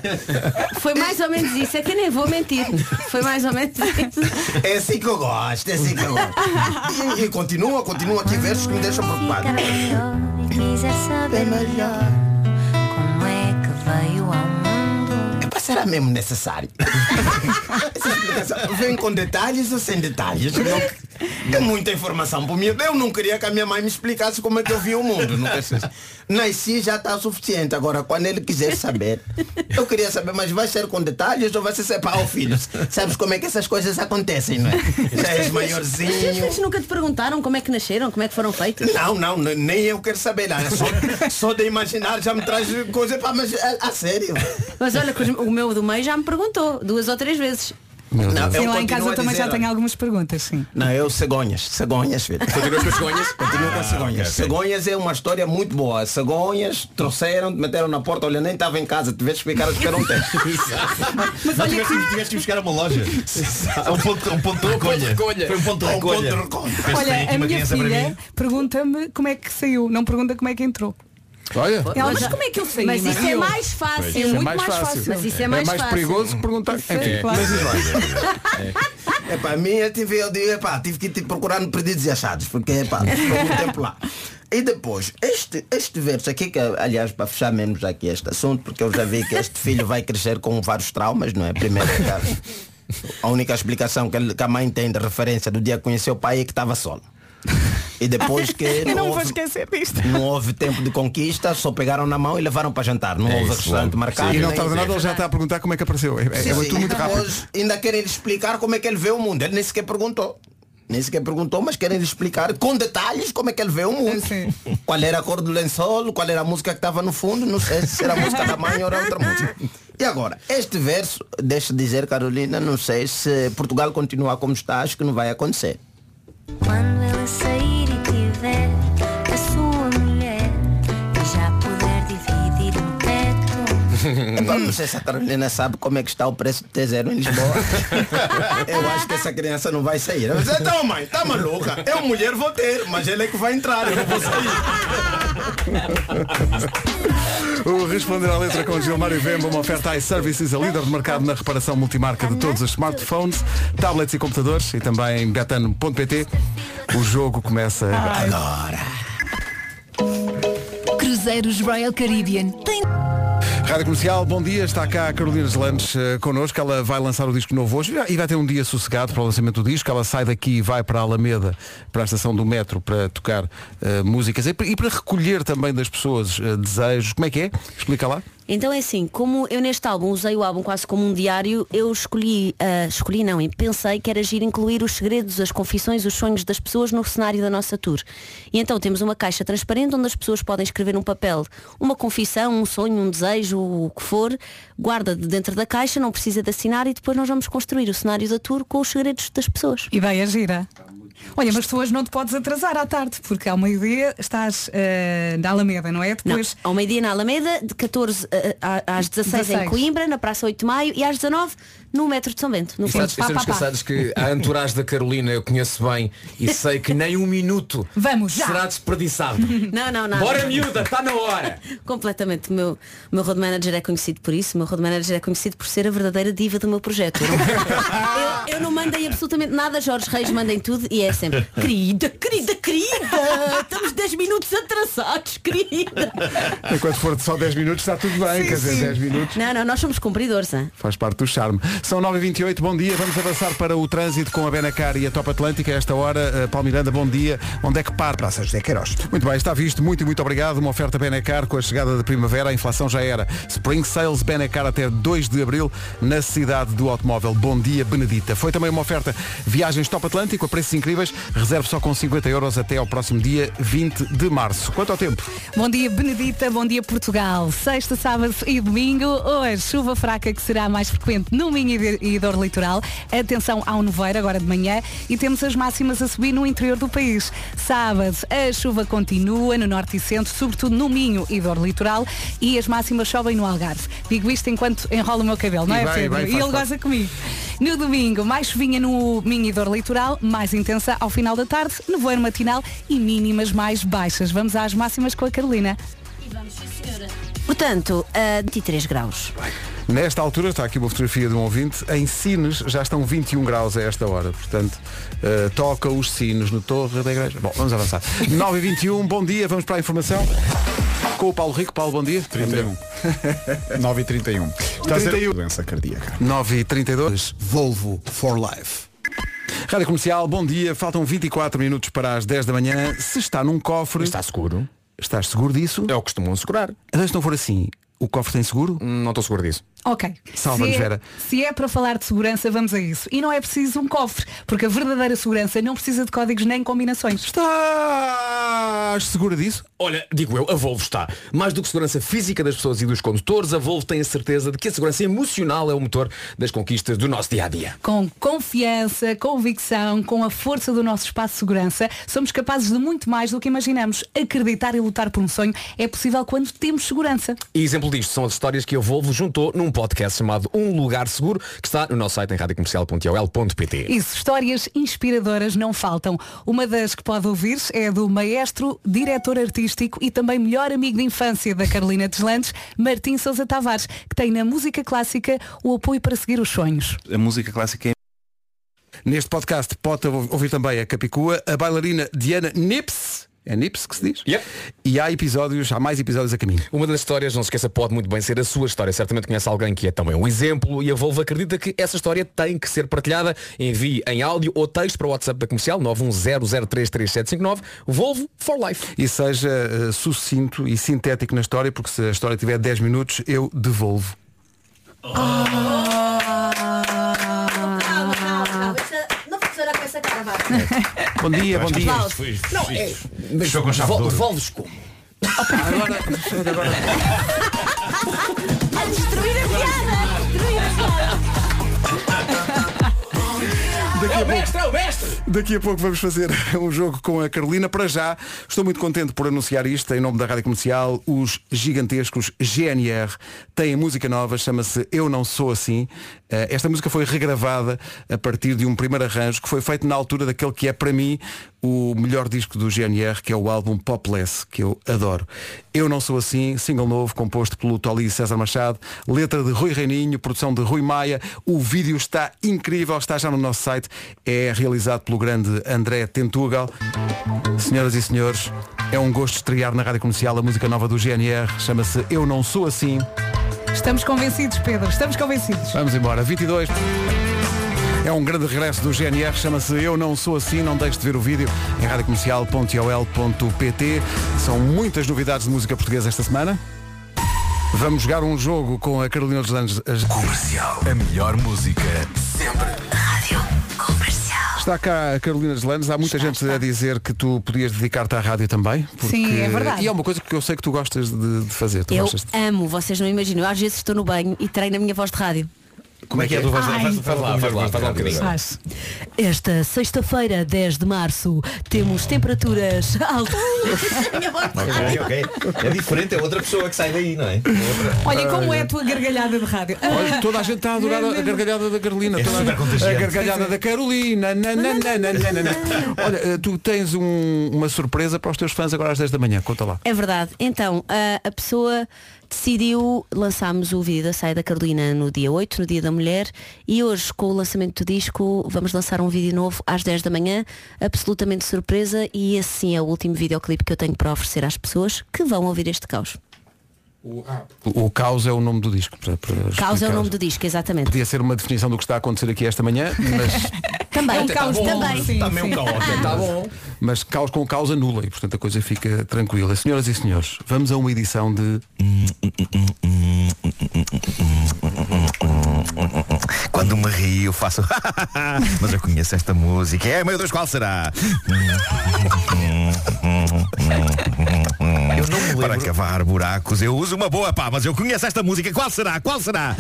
S17: Foi mais ou menos isso, é que eu nem vou mentir. Foi mais ou menos isso.
S8: É assim que eu gosto, é assim que eu gosto. E, e continua, continua aqui versos que me deixam preocupado.
S17: É
S18: Quiser saber melhor como é que veio ao mundo.
S8: Epá, será mesmo necessário? Essa explicação Vem com detalhes ou sem detalhes? Não- é muita informação para mim. Eu não queria que a minha mãe me explicasse como é que eu vi o mundo. Não quer dizer- Nasci já está suficiente. Agora, quando ele quiser saber, eu queria saber, mas vai ser com detalhes ou vai ser separar o filho? Sabes como é que essas coisas acontecem, não é? Já
S17: Mas
S8: és maiorzinho.
S17: vocês nunca te perguntaram como é que nasceram, como é que foram feitos?
S8: Não, Ah, não, n- nem eu quero saber nada. Só, só de imaginar já me traz coisa para. Mas a, a sério.
S17: Mas olha, que os- o meu do meio já me perguntou duas ou três vezes.
S8: Não, eu
S5: sim, lá em
S8: continuo
S5: casa
S8: a
S5: eu também
S8: dizer,
S5: já tenho algumas perguntas, sim.
S8: Não, eu cegonhas, cegonhas, filho.
S19: Continuas com cegonhas?
S8: Continuo com cegonhas. Cegonhas é uma história muito boa. Cegonhas trouxeram, te meteram na porta, olha, nem estava em casa, tiveste que ficar a esperar um tempo.
S12: Mas tiveste, tiveste que buscar a uma loja. um, ponto, um ponto de recolha. Foi um ponto de recolha. Penso que tem
S5: Olha,
S12: aqui
S5: a
S12: uma
S5: minha
S12: criança para
S5: filha
S12: mim.
S5: pergunta-me como é que saiu, não pergunta como é que entrou.
S2: Olha.
S5: Ela, mas como é que eu saí?
S17: Mas isso é
S5: Eu-
S17: mais
S2: Pois,
S17: fácil.
S2: isso
S17: É muito mais fácil. Mas isso é mais fácil.
S2: perigoso que
S12: Tá,
S2: perguntar. Enfim,
S8: claro. É para mim, eu tive, eu digo, epá, tive que te procurar no perdidos e achados, porque epá, ficou muito tempo lá. E depois, este, este verso aqui, que aliás, para fechar menos aqui este assunto, porque eu já vi que este filho vai crescer com vários traumas, não é? Primeiro, a única explicação que, ele- que a mãe tem de referência do dia que conheceu o pai é que estava solo. E depois que
S5: Eu não vou
S8: houve-
S5: esquecer disto.
S8: Não houve tempo de conquista, só pegaram na mão e levaram para jantar. Não
S2: É
S8: houve
S2: isso,
S8: restaurante
S2: logo.
S8: marcado.
S2: E não
S8: nem-
S2: tarda nada, ele já está a perguntar como é que apareceu. É, é,
S8: Sim,
S2: é
S8: sim.
S2: tudo muito rápido.
S8: Hoje ainda querem lhe explicar como é que ele vê o mundo. Ele nem sequer perguntou. Nem sequer perguntou, um mas querem lhe explicar com detalhes como é que ele vê o mundo. Qual era a cor do lençol, qual era a música que estava no fundo, não sei se era a música da mãe ou era outra música. E agora, é este verso, deixa de dizer, Carolina, não sei se Portugal continuar como está, acho que não vai acontecer.
S18: Quando ela sair e tiver a sua mulher e já puder dividir um teto.
S8: Epá, não sei se a Carolina sabe como é que está o preço do T0 em Lisboa. Eu acho que essa criança não vai sair. Eu disse, então mãe, tá maluca? Eu mulher vou ter, mas ele é que vai entrar, eu não vou sair.
S2: O Responder à Letra com Gilmário Vemba, uma oferta iServices, a líder de mercado na reparação multimarca de todos os smartphones, tablets e computadores e também betano.pt. O jogo começa agora.
S20: Cruzeiros Royal Caribbean. Tem...
S2: Rádio Comercial, bom dia. Está cá a Carolina Landes connosco. Ela vai lançar o disco novo hoje e vai ter um dia sossegado para o lançamento do disco. Ela sai daqui e vai para a Alameda, para a estação do metro, para tocar eh, músicas e, e para recolher também das pessoas eh, desejos. Como é que é? Explica lá.
S11: Então é assim, como eu neste álbum usei o álbum quase como um diário, eu escolhi, ah, escolhi não, e pensei que era giro incluir os segredos, as confissões, os sonhos das pessoas no cenário da nossa tour. E então temos uma caixa transparente onde as pessoas podem escrever um papel, uma confissão, um sonho, um desejo, o que for, guarda de dentro da caixa, não precisa de assinar e depois nós vamos construir o cenário da tour com os segredos das pessoas.
S5: Ideia é gira. Olha, mas tu hoje não te podes atrasar à tarde, porque ao meio-dia estás eh, na Alameda, não é? Depois
S11: Não, ao meio-dia na Alameda, de 14 a- a- às 16,
S5: 16.
S11: em Coimbra, na Praça 8 de Maio e às 19 no Metro de São Bento. No
S19: E sabes, e
S11: Pá,
S19: sabes
S11: pá,
S19: que,
S11: pá.
S19: sabes que a entourage da Carolina eu conheço bem e sei que nem um minuto
S11: Vamos, já.
S19: será desperdiçado.
S11: Não, não, não.
S19: Bora miúda, está na hora!
S11: Completamente. O meu, o meu road manager é conhecido por isso. O meu road manager é conhecido por ser a verdadeira diva do meu projeto. Eu não- Eu, eu não mandei absolutamente nada. Jorge Reis manda em tudo e é sempre querida, querida, querida. Estamos 10 minutos atrasados, querida.
S2: Enquanto for só 10 minutos está tudo bem, quer dizer, 10 minutos.
S11: Não, não, nós somos cumpridores. Hein?
S2: Faz parte do charme. São 9h28, bom dia. Vamos avançar para o trânsito com a Benacar e a Top Atlântica. A Esta hora, eh, Paulo Miranda, bom dia. Onde é que para? Praças de Queiroz. Muito bem, está visto. Muito e muito obrigado. Uma oferta Benacar com a chegada da primavera. A inflação já era. Spring Sales Benacar até 2 de abril na cidade do automóvel. Bom dia, Benedita. Foi também uma oferta viagens Top Atlântico a preços incríveis. Reserve só com 50 euros até ao próximo dia 20 de março. Quanto ao tempo?
S21: Bom dia, Benedita. Bom dia, Portugal. Sexta, sábado e domingo. Hoje, chuva fraca que será mais frequente no Minho
S5: Minho e de- e dor litoral. Atenção ao nevoeiro agora de manhã e temos as máximas a subir no interior do país. Sábado, a chuva continua no norte e centro, sobretudo no Minho e dor litoral e as máximas sobem no Algarve. Digo isto enquanto enrolo o meu cabelo, não
S3: E
S5: é
S3: vai,
S5: Pedro?
S3: vai,
S5: e
S3: faz
S5: ele
S3: parte.
S5: goza comigo. No domingo, mais chuvinha no Minho e dor litoral, mais intensa ao final da tarde, nevoeiro matinal e mínimas mais baixas. Vamos às máximas com a Carolina.
S11: Portanto, a 23 graus.
S2: Nesta altura, está aqui uma fotografia de um ouvinte, em Sines já estão 21 graus a esta hora. Portanto, eh, toca os sinos no torre da igreja. Bom, vamos avançar. 9 e 21 bom dia, vamos para a informação. Com o Paulo Rico. Paulo, bom dia.
S1: 31. 9 e 31. Está a ser doença cardíaca.
S2: 9 e 32 Volvo for Life. Rádio Comercial, bom dia. Faltam 24 minutos para as 10 da manhã. Se está num cofre. Está seguro. É Estás seguro disso? Eu costumo segurar. Então, se não for assim, o cofre tem seguro? Não estou seguro disso.
S5: Ok.
S2: Salva-nos,
S5: se, é,
S2: Vera.
S5: se é para falar de segurança, vamos a isso. E não é preciso um cofre, porque a verdadeira segurança não precisa de códigos nem combinações.
S2: Estás segura disso?
S8: Olha, digo eu, a Volvo está. Mais do que segurança física das pessoas e dos condutores, a Volvo tem a certeza de que a segurança emocional é o motor das conquistas do nosso dia a dia.
S5: Com confiança, convicção, com a força do nosso espaço de segurança, somos capazes de muito mais do que imaginamos. Acreditar e lutar por um sonho é possível quando temos segurança.
S8: E exemplo disto são as histórias que a Volvo juntou num podcast chamado Um Lugar Seguro, que está no nosso site em radiocomercial.ol.pt.
S5: Isso, histórias inspiradoras não faltam. Uma das que pode ouvir é a do maestro, diretor artístico e também melhor amigo de infância da Carolina Deslandes, Martim Sousa Tavares, que tem na música clássica o apoio para seguir os sonhos.
S2: A música clássica é. Neste podcast pode ouvir também a Capicua, a bailarina Diana Nips. É Nips que se diz? E há episódios, há mais episódios a caminho.
S8: Uma das histórias, não se esqueça, pode muito bem ser a sua história. Certamente conhece alguém que é também um exemplo e a Volvo acredita que essa história tem que ser partilhada. Envie em áudio ou texto para o WhatsApp da comercial 910033759 Volvo for Life.
S2: E seja eh, sucinto e sintético na história, porque se a história tiver 10 minutos, eu devolvo.
S13: Calma, calma, calma. Essa- Não vou chorar com essa cara, vá.
S2: Bom dia, bom dia.
S13: Aplausos. Não, é.
S8: Mas
S2: Fechou com chave de ouro.
S8: devolves como?
S7: A destruir a piada! A destruir a piada!
S2: Daqui a pouco-
S7: é o mestre!
S2: Daqui a pouco vamos fazer um jogo com a Carolina. Para já, estou muito contente por anunciar isto em nome da Rádio Comercial. Os gigantescos GNR têm música nova, chama-se Eu Não Sou Assim. Eh, Esta música foi regravada a partir de um primeiro arranjo que foi feito na altura daquele que é, para mim, o melhor disco do GNR, que é o álbum Popless, que eu adoro. Eu Não Sou Assim, single novo, composto pelo Tolly César Machado, letra de Rui Reininho, produção de Rui Maia. O vídeo está incrível, está já no nosso site. É realizado pelo grande André Tentugal. Senhoras e senhores, é um gosto estrear na Rádio Comercial a música nova do GNR. Chama-se Eu Não Sou Assim.
S5: Estamos convencidos, Pedro, estamos convencidos.
S2: Vamos embora. 22. É um grande regresso do GNR, chama-se Eu Não Sou Assim, não deixe de ver o vídeo em radiocomercial.ol.pt. São muitas novidades de música portuguesa esta semana. Vamos jogar um jogo com a Carolina dos Anjos. Comercial. A melhor música Está cá a Carolina Deslandes, há muita gente a dizer que tu podias dedicar-te à rádio também.
S11: Sim, é verdade.
S2: E é uma coisa que eu sei que tu gostas de, de fazer. Tu
S11: Eu
S2: gostas de...
S11: amo, vocês não imaginam. Eu às vezes estou no banho e treino a minha voz de rádio.
S2: Como é que é a tua voz?
S11: Ai.
S2: Faz- faz lá, faz lá, faz lá um bocadinho.
S11: Esta sexta-feira, 10 de março, temos temperaturas altas.
S10: Ok, ok. É diferente, é outra pessoa que sai daí, não é? Outra.
S5: Olha, como é a tua gargalhada de rádio? Ah,
S2: Olha, toda a gente está a adorar a gargalhada da Carolina.
S10: É
S2: toda a
S10: super
S2: gente-
S10: contagiante.
S2: a gargalhada da Carolina. Na, na, na, na, na, na, na. Olha, eh, tu tens um- uma surpresa para os teus fãs agora às 10 da manhã. Conta lá.
S11: É verdade. Então, a, a pessoa decidiu, lançámos o vídeo da Saia da Carolina no dia 8, no dia da mulher, e hoje, com o lançamento do disco, vamos lançar um vídeo novo às 10 da manhã, absolutamente surpresa, e esse sim é o último videoclipe que eu tenho para oferecer às pessoas que vão ouvir este caos.
S2: O, o Caos é o nome do disco. para- para
S11: Caos é
S2: explicar.
S11: o nome do disco, exatamente.
S2: Podia ser uma definição do que está a acontecer aqui esta manhã, mas,
S11: Também,
S7: É um caos
S11: também.
S7: também. Sim, Também um sim. caos, é. Tá bom.
S2: mas caos com caos anula e portanto a coisa fica tranquila. Senhoras e senhores, vamos a uma edição de.
S10: Quando me rio, eu faço. Mas eu conheço esta música. É, meu Deus, qual será? Eu não
S8: lembro.
S12: Para cavar buracos, eu uso uma boa pá, mas eu conheço esta música. Qual será? Qual será?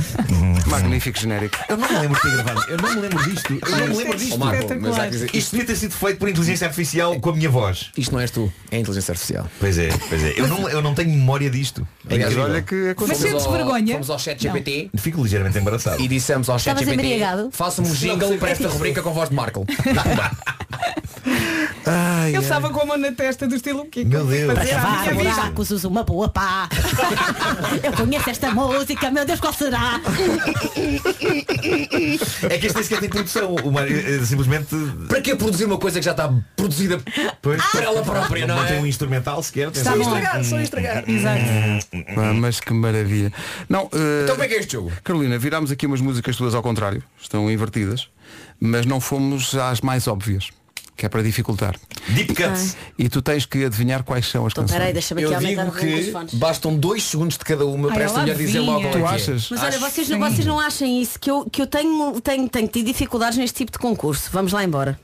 S2: Magnífico genérico.
S12: Eu não me lembro de ter gravado. Eu não me lembro disto. Eu não me lembro disto.
S8: Oh, Marco, mas há que dizer-
S12: Isto devia ter sido feito por inteligência artificial com a minha voz.
S8: Isto não és tu, é a inteligência artificial.
S12: Pois é, pois é. Eu não, eu não tenho memória disto. É
S8: Aliás,
S12: incrível.
S8: olha que aconteceu. Mas sentes
S12: Fomos ao-
S8: vergonha? fomos ao ChatGPT.
S12: Fico ligeiramente embaraçado.
S8: E dissemos ao
S12: Estavas
S8: ChatGPT
S12: embriagado?
S8: Faça-me um
S12: Não,
S8: jingle
S12: não.
S8: para esta rubrica com voz de Marco.
S5: Ele estava com a mão na testa do estilo é o que
S12: Meu Deus.
S11: Para cavar buracos uso uma boa pá. Eu conheço esta música, meu Deus, qual será?
S12: É que este nem sequer tem produção. O Mário, eh, simplesmente.
S8: Para que produzir uma coisa que já está produzida para ela própria, não
S12: Não tem
S8: é?
S12: um instrumental sequer. assim.
S8: Está bom. estragado, só estragado. Exato.
S2: Ah, mas que maravilha. Não, eh,
S8: Então como é que é este jogo?
S2: Carolina, virámos aqui umas músicas todas ao contrário. Estão invertidas. Mas não fomos às mais óbvias. Que é para dificultar.
S12: Deep
S11: cuts.
S2: E tu tens que adivinhar quais são as canções.
S11: Então, peraí, deixa-me aqui
S8: Eu
S11: aumentar
S8: digo
S11: o volume dos fones.
S8: que bastam dois segundos de cada uma
S11: Ai,
S8: para esta
S11: ela
S8: mulher dizer
S11: vinha.
S8: logo qual é
S2: Tu
S8: que é.
S2: achas?
S11: Mas olha,
S8: Acho
S11: vocês,
S8: que sim.
S11: vocês não acham isso? Que eu, que eu tenho, tenho, tenho tido dificuldades neste tipo de concurso. Vamos lá embora.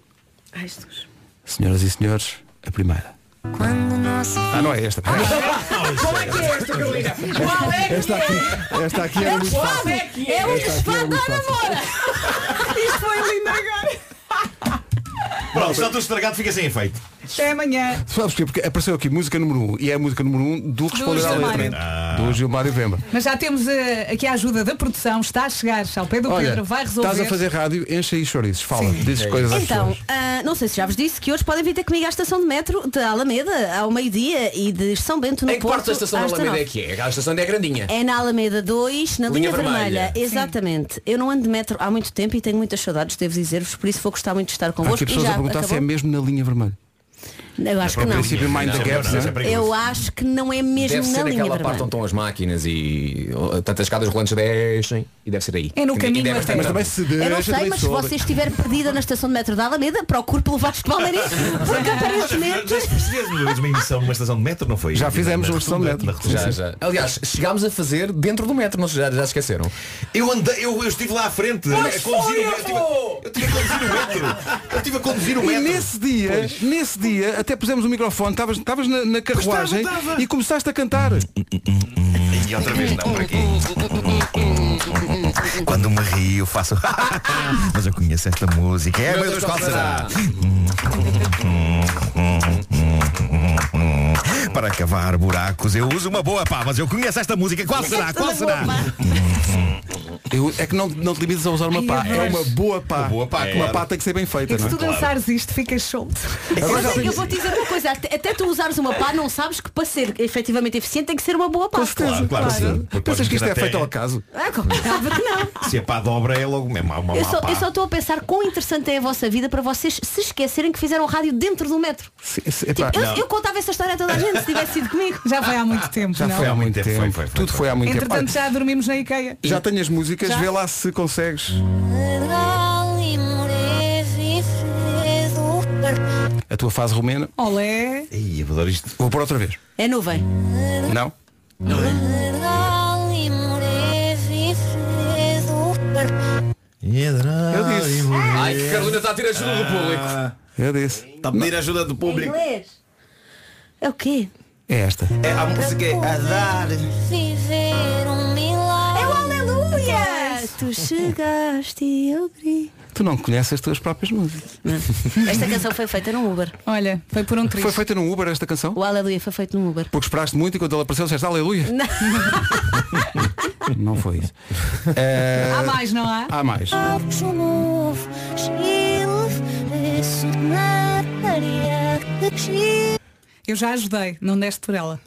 S11: Ai, Jesus.
S2: Senhoras e senhores, a primeira. Ah, não é esta.
S11: Qual é que é esta, Carolina? Qual é que
S2: Esta
S11: é?
S2: aqui, esta aqui era muito fácil.
S11: É o
S2: Esta aqui um era
S11: desfado
S2: muito
S11: da
S2: fácil.
S11: namora.
S5: Isto foi lindo agora.
S12: Pronto, está tudo estragado, fica sem efeito.
S5: Até amanhã.
S2: Sabes porquê? Porque apareceu aqui música número 1 um, e é a música número 1 um do Responder à
S5: Gilmário.
S2: Letra. Do Gilmário Vemba.
S5: Mas já temos eh, aqui a ajuda da produção, está a chegar ao pé do Pedro, vai resolver.
S2: estás a fazer rádio, enche aí chorizos, fala, dizes coisas às
S11: Então,
S2: pessoas.
S11: ah, não sei se já vos disse que hoje podem vir ter comigo à estação de metro de Alameda ao meio-dia e de São Bento no
S8: Em que
S11: Porto.
S8: parte da estação da
S11: às
S8: Alameda é
S11: 19.
S8: que é? A estação ainda é grandinha.
S11: É na Alameda 2, na
S8: Linha
S11: linha, vermelha.
S8: vermelha.
S11: Exatamente. Eu não ando de metro há muito tempo e tenho muitas saudades, devo dizer-vos, por isso vou gostar muito de estar
S2: Há
S11: convosco.
S2: aqui pessoas
S11: e já
S2: a perguntar se é
S11: acabou?
S2: mesmo na linha vermelha.
S11: Eu acho que
S2: No
S11: não.
S2: princípio, Mind the Gaps, né?
S12: é
S11: Eu acho que não é mesmo
S8: Deve ser
S11: na linha
S8: naquela parte onde
S11: vermelha.
S8: estão as máquinas e oh, tantas escadas rolantes descem e deve ser aí.
S11: É no
S8: E
S11: caminho
S8: deve
S11: até.
S8: estar
S11: Mas
S8: grande.
S11: também se Eu não sei, mas se você estiver perdida na estação de metro da Alameda, procure pelo Vasco de Palmeiras, porque aparentemente...
S12: Já fizemos uma vez uma emissão numa estação de metro, não foi?
S2: Já fizemos
S12: Na
S2: uma estação de
S12: rotunda,
S2: metro.
S12: na
S8: Já,
S12: rotunda.
S8: já. Aliás, chegámos a fazer dentro do metro, não sei, já, já esqueceram. É,
S12: Eu andei, eu, eu estive lá à frente
S8: Pois
S12: a conduzir o
S8: foi,
S12: metro.
S8: tipo,
S12: Eu tive a conduzir o metro. Eu estive a conduzir o
S2: E
S12: metro.
S2: nesse dia, nesse dia, até pusemos o microfone, estavas- estavas na, na carruagem
S12: estava, estava.
S2: e começaste a cantar.
S12: E outra vez não, para quê? Quando me rio faço Mas eu conheço esta música É, meu Deus, qual será? Para cavar buracos eu uso uma boa pá Mas eu conheço esta música Qual será? Qual será?
S2: Eu- é que não, não te limites a usar uma
S5: Ai,
S2: pá,
S5: adoro.
S2: é uma boa pá. Uma,
S12: boa pá, claro.
S2: pá tem que ser bem
S5: E
S2: feita,
S5: se
S2: não é?
S5: tu dançares isto, ficas solto.
S2: Agora já
S11: Mas é que
S2: tenho-
S11: eu vou te dizer uma coisa, até, até tu usares uma pá, não sabes que para ser efetivamente eficiente tem que ser uma boa pá.
S2: Com certeza,
S12: um
S2: com certeza. Pensas que isto é feito ao caso?
S11: Ah, como pensava que não.
S12: Se é pá dobra é logo mesmo uma, uma
S11: Eu
S12: má
S11: só,
S12: pá.
S11: eu só estou a pensar quão interessante é a vossa vida para vocês se esquecerem que fizeram rádio dentro do metro.
S2: Epá,
S11: Tipo, eu,
S2: não.
S11: eu contava essa história a toda a gente se tivesse sido comigo.
S5: Já foi há muito tempo,
S2: Já
S5: não?
S2: foi há muito tempo.
S12: foi, foi, foi,
S2: Tudo foi há muito tempo.
S5: Entretanto, já dormimos na IKEA.
S2: Já tenho as músicas,
S5: Já?
S2: vê lá se consegues. A tua fase romena.
S5: Olé.
S12: Ih, eu adoro isto.
S2: Vou pôr outra vez.
S11: É nuvem.
S2: Não? Eu disse.
S8: Ai, que Carolina está a tirar ajuda do público.
S2: Eu disse.
S7: Está a pedir ajuda do público.
S11: Inglês. É o quê?
S2: É esta.
S7: É,
S12: Ah,
S7: a música é a dar.
S22: Viver um milagre.
S11: É o Aleluia! Tu chegaste e eu grito.
S2: Tu não conheces as tuas próprias músicas.
S11: é? Esta canção foi feita num Uber.
S5: Olha, foi por um triz.
S2: Foi feita num Uber esta canção?
S11: O Aleluia foi feito num Uber.
S2: Porque esperaste muito e quando ela apareceu disseste Aleluia.
S11: Não.
S2: Não foi isso. Eh,
S5: Há mais, não há?
S2: Há mais.
S11: é
S5: Eu já ajudei, não deste por ela.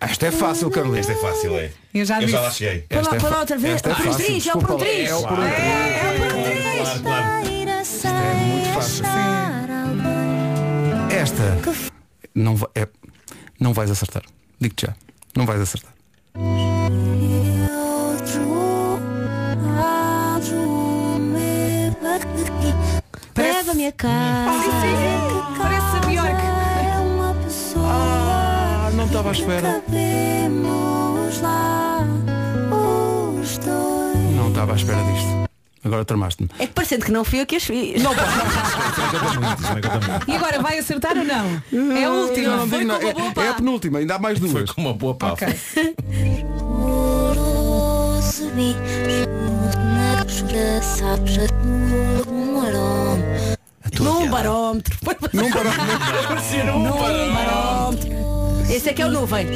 S2: Esta é fácil, Carolina.
S12: Esta é fácil, é
S5: Eu já
S12: Eu
S5: disse.
S12: já lá cheguei
S2: Esta é fa- esta é fácil, desculpa lá. É o por um triz.
S12: Claro, claro
S2: é Esta não, va- é, não vais acertar. Digo-te já. Não vais acertar.
S11: Leva-me a casa.
S5: Parece a Bjork.
S2: Ah, não estava à espera. Não estava à espera disto.
S23: Agora tramaste-me.
S11: É que parecendo que não fui eu que as fiz. Não,
S5: E agora vai acertar ou não? É a última.
S23: Não, não digo, não. É, é a penúltima, ainda há mais duas. Foi
S10: com uma boa pá.
S11: Num barómetro. Num barómetro. Num barómetro. Esse aqui é o nuvem.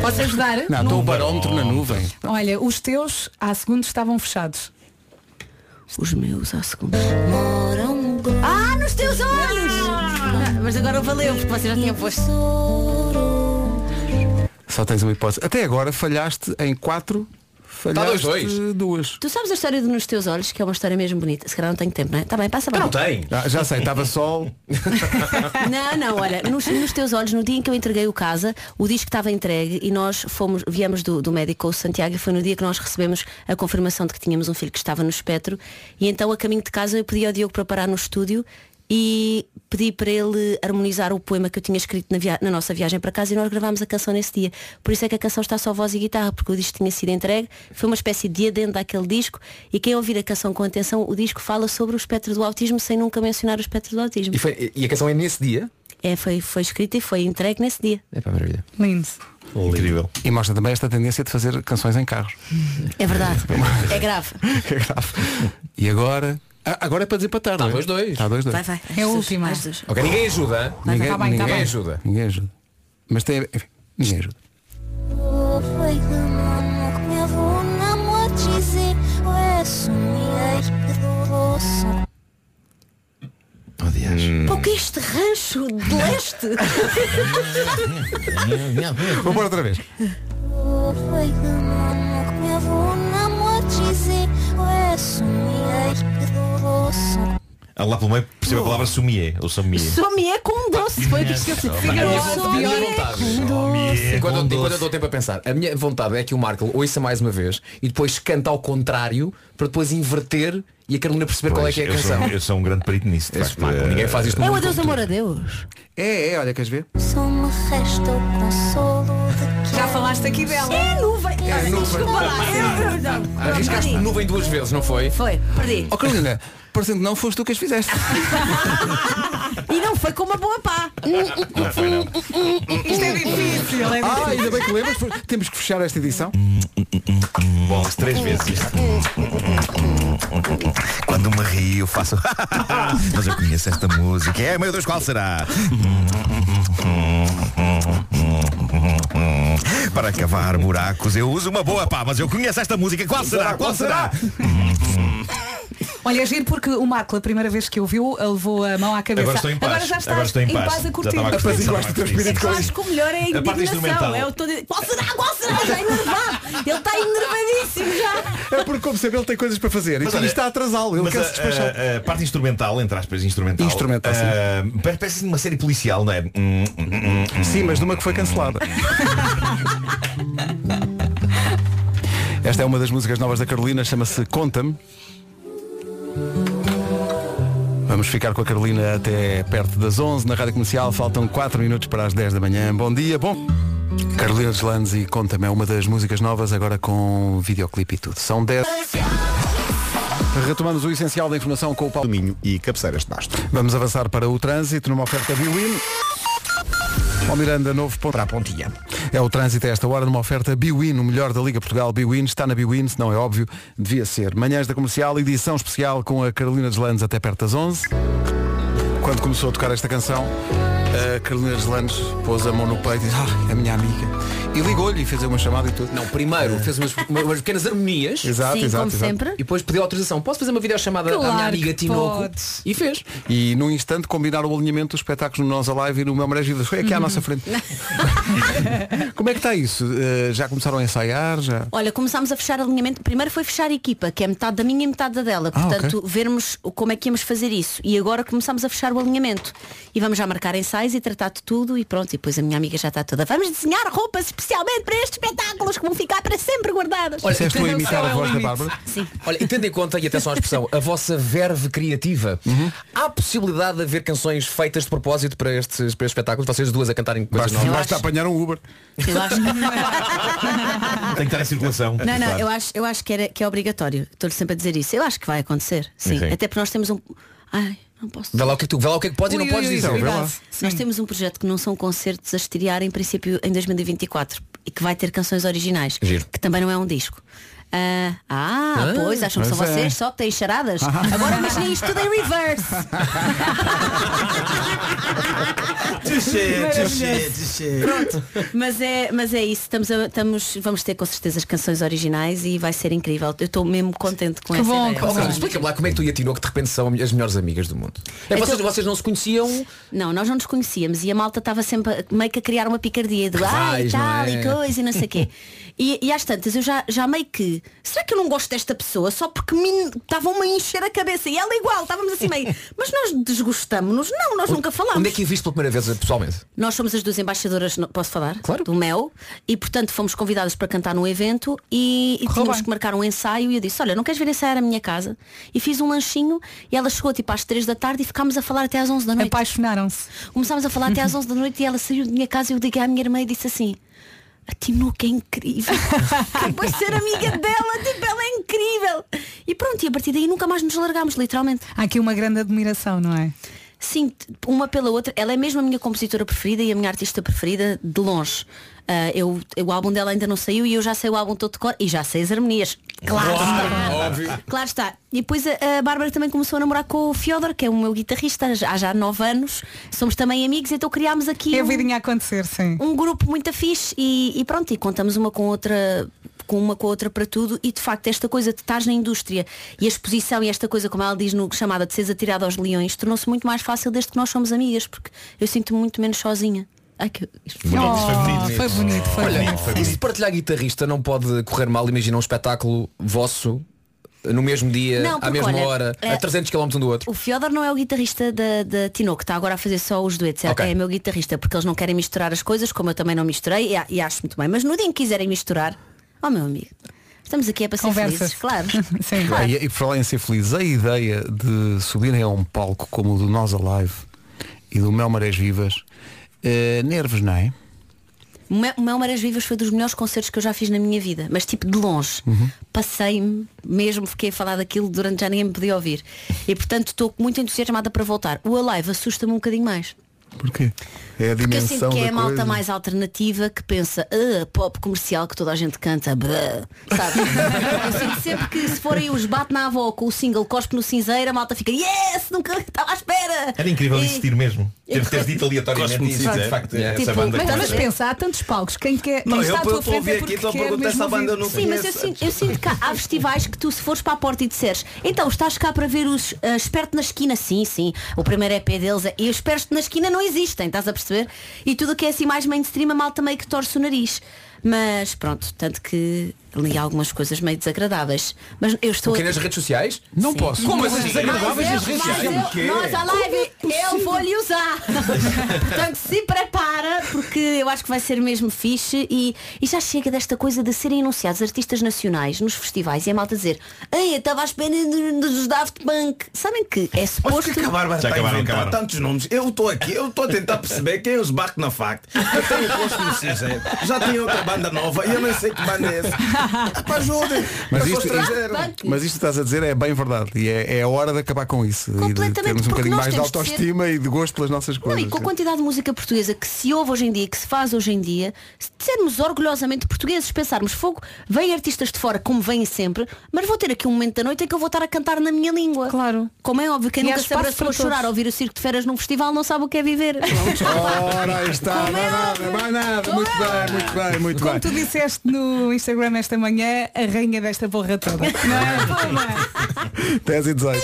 S5: Posso ajudar?
S23: Não, estou o barómetro na nuvem.
S5: Olha, os teus à segunda estavam fechados.
S11: Os meus à segunda. Ah, nos teus olhos! Não, Ah, mas agora valeu, porque você já tinha posto.
S2: Só tens uma hipótese. Até agora falhaste em quatro. Falhaste duas.
S11: Tu sabes a história de Nos Teus Olhos, que é uma história mesmo bonita. Se calhar não tenho tempo, não é? Está bem, passa bem.
S2: Ah, já sei, estava sol.
S11: Não, não, olha, nos, nos teus olhos, no dia em que eu entreguei o casa, o disco estava entregue e nós fomos, viemos do, do médico com o Santiago e foi no dia que nós recebemos a confirmação de que tínhamos um filho que estava no espectro e então a caminho de casa eu pedi ao Diogo para parar no estúdio e pedi para ele harmonizar o poema que eu tinha escrito na, via- na nossa viagem para casa e nós gravámos a canção nesse dia. Por isso é que a canção está só voz e guitarra, porque o disco tinha sido entregue, foi uma espécie de adendo daquele disco e quem ouvir a canção com atenção, o disco fala sobre o espectro do autismo sem nunca mencionar o espectro do autismo.
S8: E, foi- e a canção é nesse dia?
S11: É, foi, foi escrita e foi entregue nesse dia.
S8: É para maravilha.
S5: Lindo.
S10: Incrível.
S2: E mostra também esta tendência de fazer canções em carros.
S11: É verdade. É grave.
S2: É grave. E agora? Ah, agora é para dizer para tarde. Está dois dois. Está dois dois.
S11: Vai, vai.
S5: É a última.
S8: Ok, ninguém ajuda. hein?
S2: Ninguém,
S5: Tá bem, tá
S2: ninguém
S5: bem.
S2: ajuda. Ninguém ajuda. Mas tem. enfim, ninguém ajuda.
S7: Foi que mamou que me avô não me dizer Ué, sumiei, que doloroso
S11: Pô, que é este rancho de leste?
S2: Vamos outra vez.
S7: Foi que mamou que me avô não me dizer Ué, sumiei, que doloroso
S10: Ah, Lá pelo meio percebe a palavra somier ou somier.
S11: Somier é com um doce,
S5: É,
S11: foi o que esqueci. é
S8: Enquanto, eu- enquanto eu dou tempo a pensar, a minha vontade é que o Marco ouça mais uma vez e depois canta ao contrário para depois inverter e a Carolina perceber qual é que é a
S10: eu, sou,
S8: canção.
S10: eu sou um grande perito nisso. de facto.
S8: Marco, ninguém faz isto
S11: É o adeus, amor, adeus.
S2: É, é, olha, queres ver?
S7: Só me resta o consolo de que
S5: Já falaste aqui dela.
S11: É nuvem.
S7: É
S11: Olha,
S7: nuvem.
S11: Desculpa lá. É nuvem.
S8: Arriscaste nuvem duas vezes, não foi?
S11: Foi, perdi.
S2: Ó Oh, Carolina, parecendo que não foste tu que as fizeste.
S11: E não foi com uma boa pá.
S5: Isto é difícil, é
S2: Ah,
S5: difícil.
S2: ainda bem que lembras. foi- Temos que fechar esta edição.
S10: Bom, três vezes isto. Quando me rio, eu faço. Mas eu conheço esta música. É, meu Deus, qual será? Para cavar buracos, eu uso uma boa pá, mas eu conheço esta música. Qual será? Qual será?
S5: Olha, é giro porque o Marco, a primeira vez que ouviu, levou a mão à cabeça.
S10: Agora estou em paz.
S5: Agora já estás
S10: Agora estou em paz.
S5: a
S10: Já
S5: curtir.
S10: estava a curtir, já estava a curtir.
S11: Eu acho que o melhor é a
S10: A parte
S11: indignação.
S10: instrumental.
S11: É o todo... Qual será? Qual será? Está enervado. Ele está enervadíssimo já.
S2: É porque, como sabe, ele tem coisas para fazer. e
S10: Mas
S2: tudo
S10: olha,
S2: isto está a atrasá-lo. Ele
S10: Mas a,
S2: quer se despachar.
S10: a- a parte instrumental, entre aspas, instrumental.
S2: Instrumental, sim.
S10: ah, parece- parece uma série policial, não é? Hum, hum, hum, hum.
S2: Sim, mas numa que foi cancelada. Esta é uma das músicas novas da Carolina, chama-se Conta-me. Vamos ficar com a Carolina até perto das 11 na Rádio Comercial. Faltam 4 minutos para as 10 da manhã. Bom dia, bom. Carolina dos Landes e Conta-me é uma das músicas novas, agora com videoclipe e tudo. São 10. Retomamos o essencial da informação com o Paulo Minho e Cabeceiras de Basto. Vamos avançar para o trânsito numa oferta Biwin. Ó Miranda, novo ponto. Para a pontinha. É o trânsito a esta hora numa oferta Biwin, o melhor da Liga Portugal. Biwin está na Biwin, se não é óbvio, devia ser. Manhãs da Comercial, edição especial com a Carolina dos Landes até perto das 11. Quando começou a tocar esta canção, a Carolina dos Landes pôs a mão no peito e disse, ah, é a minha amiga. E ligou-lhe e fez uma chamada e tudo.
S8: Não, primeiro fez umas, umas pequenas harmonias.
S2: Exato, Sim, exato, como exato. sempre.
S8: E depois pediu autorização. Posso fazer uma videochamada à minha
S2: Claro
S8: amiga
S2: que
S8: Tinoco?
S2: podes.
S8: E fez.
S2: E num instante combinaram o alinhamento dos espetáculos no Nós Alive e no Meu Marés Vidas. Foi aqui à nossa frente. Como é que está isso? Eh, já começaram a ensaiar? Já?
S11: Olha, começámos a fechar alinhamento. Primeiro foi fechar a equipa, que é metade da minha e metade da dela.
S2: Ah,
S11: Portanto, vermos o- como é que íamos fazer isso. E agora começámos a fechar o alinhamento. E vamos já marcar ensaios. materiais e tratar de tudo e pronto. E depois a minha amiga já está toda. Vamos desenhar roupas especialmente para estes espetáculos que vão ficar para sempre guardadas.
S8: Olha, disseste tu a imitar a
S11: é
S8: voz da Bárbara?
S11: Sim.
S8: Olha, e tendo em conta, e atenção à expressão, a vossa verve criativa,
S2: Uhum.
S8: há a possibilidade de haver canções feitas de propósito para estes, para estes espetáculos, vocês duas a cantarem coisas
S2: Basta,
S8: novas?
S2: basta apanhar um Uber.
S11: Eu acho- é.
S10: Tem que estar em circulação.
S11: Não, não, eu acho, eu acho que, era, que é obrigatório. Estou-lhe sempre a dizer isso. Eu acho que vai acontecer. Sim.
S8: Ok.
S11: Até porque nós temos um. Ai, não posso.
S8: Vê lá o que é que tu, vê lá o que é que podes e
S11: Ui,
S8: não podes
S11: ui, então, ui,
S8: dizer.
S11: ui, cuidado. Nós temos um projeto que não são concertos a estrear em princípio em 2024 e que vai ter canções originais,
S8: Giro.
S11: que também não é um disco. Ah, ah,
S7: Ah,
S11: pois, acham que são
S7: pois é.
S11: vocês só que têm charadas? Agora imaginem isto tudo em reverse.
S7: Touché, touché,
S12: touché.
S11: Pronto, mas é, mas é isso. Estamos a- estamos- vamos ter com certeza as canções originais e vai ser incrível. Eu estou mesmo contente com essa ideia.
S8: Oh, Fernando, Explica-me lá como é que tu e a Tinoco de repente são as melhores amigas do mundo. É que
S11: Então-
S8: vocês, vocês não se conheciam?
S11: Não, nós não nos conhecíamos e a malta estava sempre a- meio que a criar uma picardia do ah, e
S8: Rivais, não
S11: tal
S8: é?
S11: e coisa e não sei o quê. E, e às tantas eu já, já meio que será que eu não gosto desta pessoa só porque me estavam-me a encher a cabeça e ela igual, estávamos assim meio mas nós desgostamos-nos? Não, nós nunca falámos.
S8: Onde é que a viste pela primeira vez pessoalmente?
S11: Nós somos as duas embaixadoras, não- posso falar? Claro. Do Mel. E portanto fomos convidadas para cantar num evento e, e tínhamos que marcar um ensaio e eu disse, olha, não queres vir ensaiar à minha casa? E fiz um lanchinho e ela chegou tipo às 3 da tarde e ficámos a falar até às 11 da noite.
S3: Apaixonaram-se.
S11: Começámos a falar até às 11 da noite e ela saiu da minha casa e eu liguei à minha irmã e disse assim, a Tinuca é incrível. Depois de ser amiga dela, tipo, ela é incrível. E pronto, e a partir daí nunca mais nos largámos, literalmente.
S3: Há aqui uma grande admiração, não é?
S11: Sim, t- uma pela outra. Ela é mesmo a minha compositora preferida e a minha artista preferida de longe. Ah, eu, o álbum dela ainda não saiu e eu já sei o álbum todo de cor e já sei as harmonias. Claro, está.
S7: óbvio.
S11: Claro está. E depois a, a Bárbara também começou a namorar com o Fiodor, que é o meu guitarrista já- há já nove anos. Somos também amigos, então criámos aqui
S3: É a
S11: um-
S3: vidinha a acontecer, sim.
S11: um grupo muito fixe e, e pronto, e contamos uma com outra com uma com a outra para tudo e de facto esta coisa de estar na indústria e a exposição e esta coisa, como ela diz no chamada de seres atirada aos leões, tornou-se muito mais fácil desde que nós somos amigas, porque eu sinto-me muito menos sozinha. Ai, que... isto foi- um,
S3: Oh,
S8: Olha, E se partilhar guitarrista não pode correr mal, imagina um espetáculo vosso no mesmo dia,
S11: Não,
S8: à
S11: porque,
S8: mesma
S11: olha,
S8: hora,
S11: é-
S8: a 300 km um do outro.
S11: O Fiodor não é o guitarrista da, da Tino, que está agora a fazer só os duetos. É-
S8: Ok.
S11: É meu guitarrista, porque eles não querem misturar as coisas, como eu também não misturei, e, a- e acho muito bem. Mas no dia em que quiserem misturar, ó meu amigo, estamos aqui é para ser
S3: Conversa-se.
S11: felizes, claro.
S2: Ah,
S5: É.
S11: claro.
S2: e, e por falar em ser feliz, a ideia de subirem a um palco como o do Nós Alive e do Mel Marés Vivas, eh, nervos, não é?
S11: O meu- o meu Marés Vivas foi dos melhores concertos que eu já fiz na minha vida, mas tipo de longe. Passei-me, mesmo fiquei a falar daquilo durante já ninguém me podia ouvir. E portanto estou muito entusiasmada para voltar. O Alive assusta-me um bocadinho mais.
S2: Porquê? É a
S11: Porque eu
S2: dimensão
S11: sinto que é
S2: da
S11: a malta
S2: coisa.
S11: mais alternativa que pensa, "Ah, pop comercial que toda a gente canta, brã", sabe? eu sinto sempre que se forem os bate na avó com o single Cospe no cinzeiro, a malta fica, yes, nunca estava à espera.
S10: Era incrível
S11: E-
S10: existir mesmo.
S11: e-
S10: Ter, ter dito aleatoriamente
S23: Gosto
S10: isso,
S23: muito.
S10: de facto,
S23: Yeah.
S10: essa
S23: Tipo,
S10: banda
S3: Mas,
S10: que
S3: mas
S10: é.
S3: pensa, há tantos palcos. Quem, quer, quem
S10: Não, eu
S3: está à
S10: estou-
S3: tua
S10: estou a
S3: frente é
S10: ouvir
S3: porque
S10: aqui, estou a
S3: quer
S10: perguntar se
S3: mesmo
S10: a banda
S3: ouvir.
S10: não
S11: Sim, mas eu sinto, eu sinto que há- há festivais que tu se fores para a porta e disseres Então estás cá para ver os ah, Esperto na Esquina Sim, sim, o primeiro EP deles é E os Esperto na Esquina não existem, estás a perceber? E tudo o que é assim mais mainstream a malta meio que torce o nariz Mas pronto, tanto que li algumas coisas meio desagradáveis Mas eu estou
S8: O quê? Nas redes sociais? Não posso.
S11: Como
S8: Coisas
S2: é
S11: assim?
S8: desagradáveis nas
S11: Mas
S8: redes
S11: eu-
S8: sociais?
S11: mas
S8: O quê?
S11: eu- Nós à live, eu vou-lhe usar. Portanto, se prepara, porque eu acho que vai ser mesmo fixe e, e já chega desta coisa de serem anunciados artistas nacionais nos festivais e a malta dizer Ei, eu estava à espera de- dos Daft Punk. Sabem que é suposto...
S12: que a Bárbara
S10: Já
S12: está a
S10: acabaram,
S12: inventar
S10: acabaram.
S12: tantos nomes. Eu estou aqui, eu estou a tentar perceber quem os barco na facto. Eu tenho posto no cinzeiro. Já tenho outra banda nova e eu nem sei que banda é essa. Epá, ajudem.
S2: Mas
S12: eu
S2: isto,
S12: sou estrangeiro.
S2: mas isto que estás a dizer é bem verdade e é, é a hora de acabar com isso e de
S11: Completamente,
S2: termos um
S11: porque
S2: bocadinho
S11: nós
S2: mais de
S11: temos de
S2: autoestima e de gosto pelas nossas
S11: Não,
S2: coisas.
S11: e com a quantidade de música portuguesa que se ouve hoje em dia, que se faz hoje em dia, se sermos orgulhosamente portugueses, pensarmos fogo, vêm artistas de fora, como vêm sempre, mas vou ter aqui um momento da noite em que eu vou estar a cantar na minha língua. Claro. Como é óbvio, quem
S3: E há
S11: nunca se
S3: espaço
S11: abraçou
S3: para
S11: a chorar
S3: todos.
S11: ao ouvir o circo de feras num festival não sabe o que é viver.
S2: Ora, aí está,
S11: Como
S2: vai
S11: é
S2: nada, vai nada, muito bem, muito bem, muito
S3: Como
S2: bem.
S3: tu disseste no Instagram esta manhã, a rainha desta porra toda. Não é? Pô, não é?
S2: 10 e 18.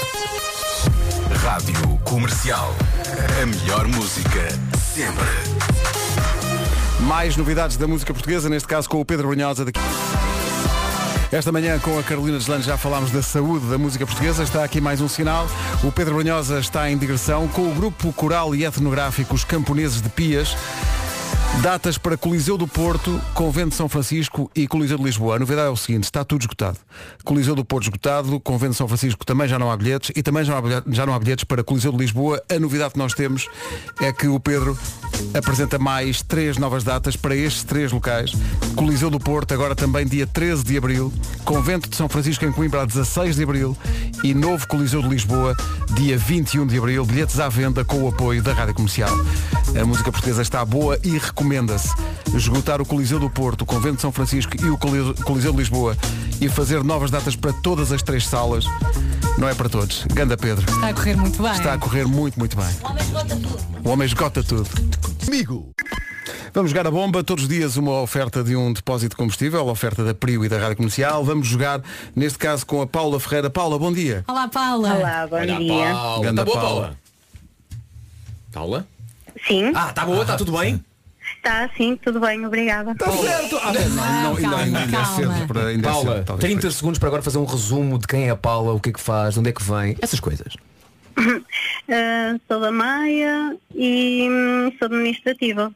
S9: Rádio Comercial. A melhor música sempre.
S2: Mais novidades da música portuguesa, neste caso com o Pedro Brunhosa daqui. Esta manhã com a Carolina Deslandes já falámos da saúde da música portuguesa. Está aqui mais um sinal. O Pedro Brunhosa está em digressão com o grupo coral e etnográfico Os Camponeses de Pias. Datas para Coliseu do Porto, Convento de São Francisco e Coliseu de Lisboa. A novidade é o seguinte, está tudo esgotado. Coliseu do Porto esgotado, Convento de São Francisco também já não há bilhetes e também já não há bilhetes, já não há bilhetes para Coliseu de Lisboa. A novidade que nós temos é que o Pedro apresenta mais três novas datas para estes três locais. Coliseu do Porto, agora também dia 13 de Abril, Convento de São Francisco em Coimbra, a 16 de Abril e novo Coliseu de Lisboa, dia 21 de Abril. Bilhetes à venda com o apoio da Rádio Comercial. A música portuguesa está boa e recomenda-se esgotar o Coliseu do Porto, o Convento de São Francisco e o Coliseu Coliseu de Lisboa e fazer novas datas para todas as três salas. Não é para todos. Ganda Pedro.
S5: Está a correr muito bem.
S2: Está a correr muito, muito bem. O homem esgota tudo. Comigo. Vamos jogar a bomba, todos os dias uma oferta de um depósito de combustível, oferta da Prio e da Rádio Comercial. Vamos jogar, neste caso, com a Paula Ferreira. Paula, bom dia.
S5: Olá, Paula.
S11: Olá, bom dia.
S2: Ganda
S8: tá boa,
S2: Paula.
S8: Paula? Paula?
S11: Sim,
S8: Ah, tá boa, tá tudo bem?
S11: está sim, tudo bem, obrigada.
S2: Está certo!
S8: Não,
S2: Tá ainda- calma, ainda é cedo calma. para- ainda é cedo,
S8: Paula,
S2: talvez
S8: 30 segundos para agora fazer um resumo de quem é a Paula, o que é que faz, de onde é que vem, essas coisas.
S11: Ah, sou da Maia e hum, sou administrativa.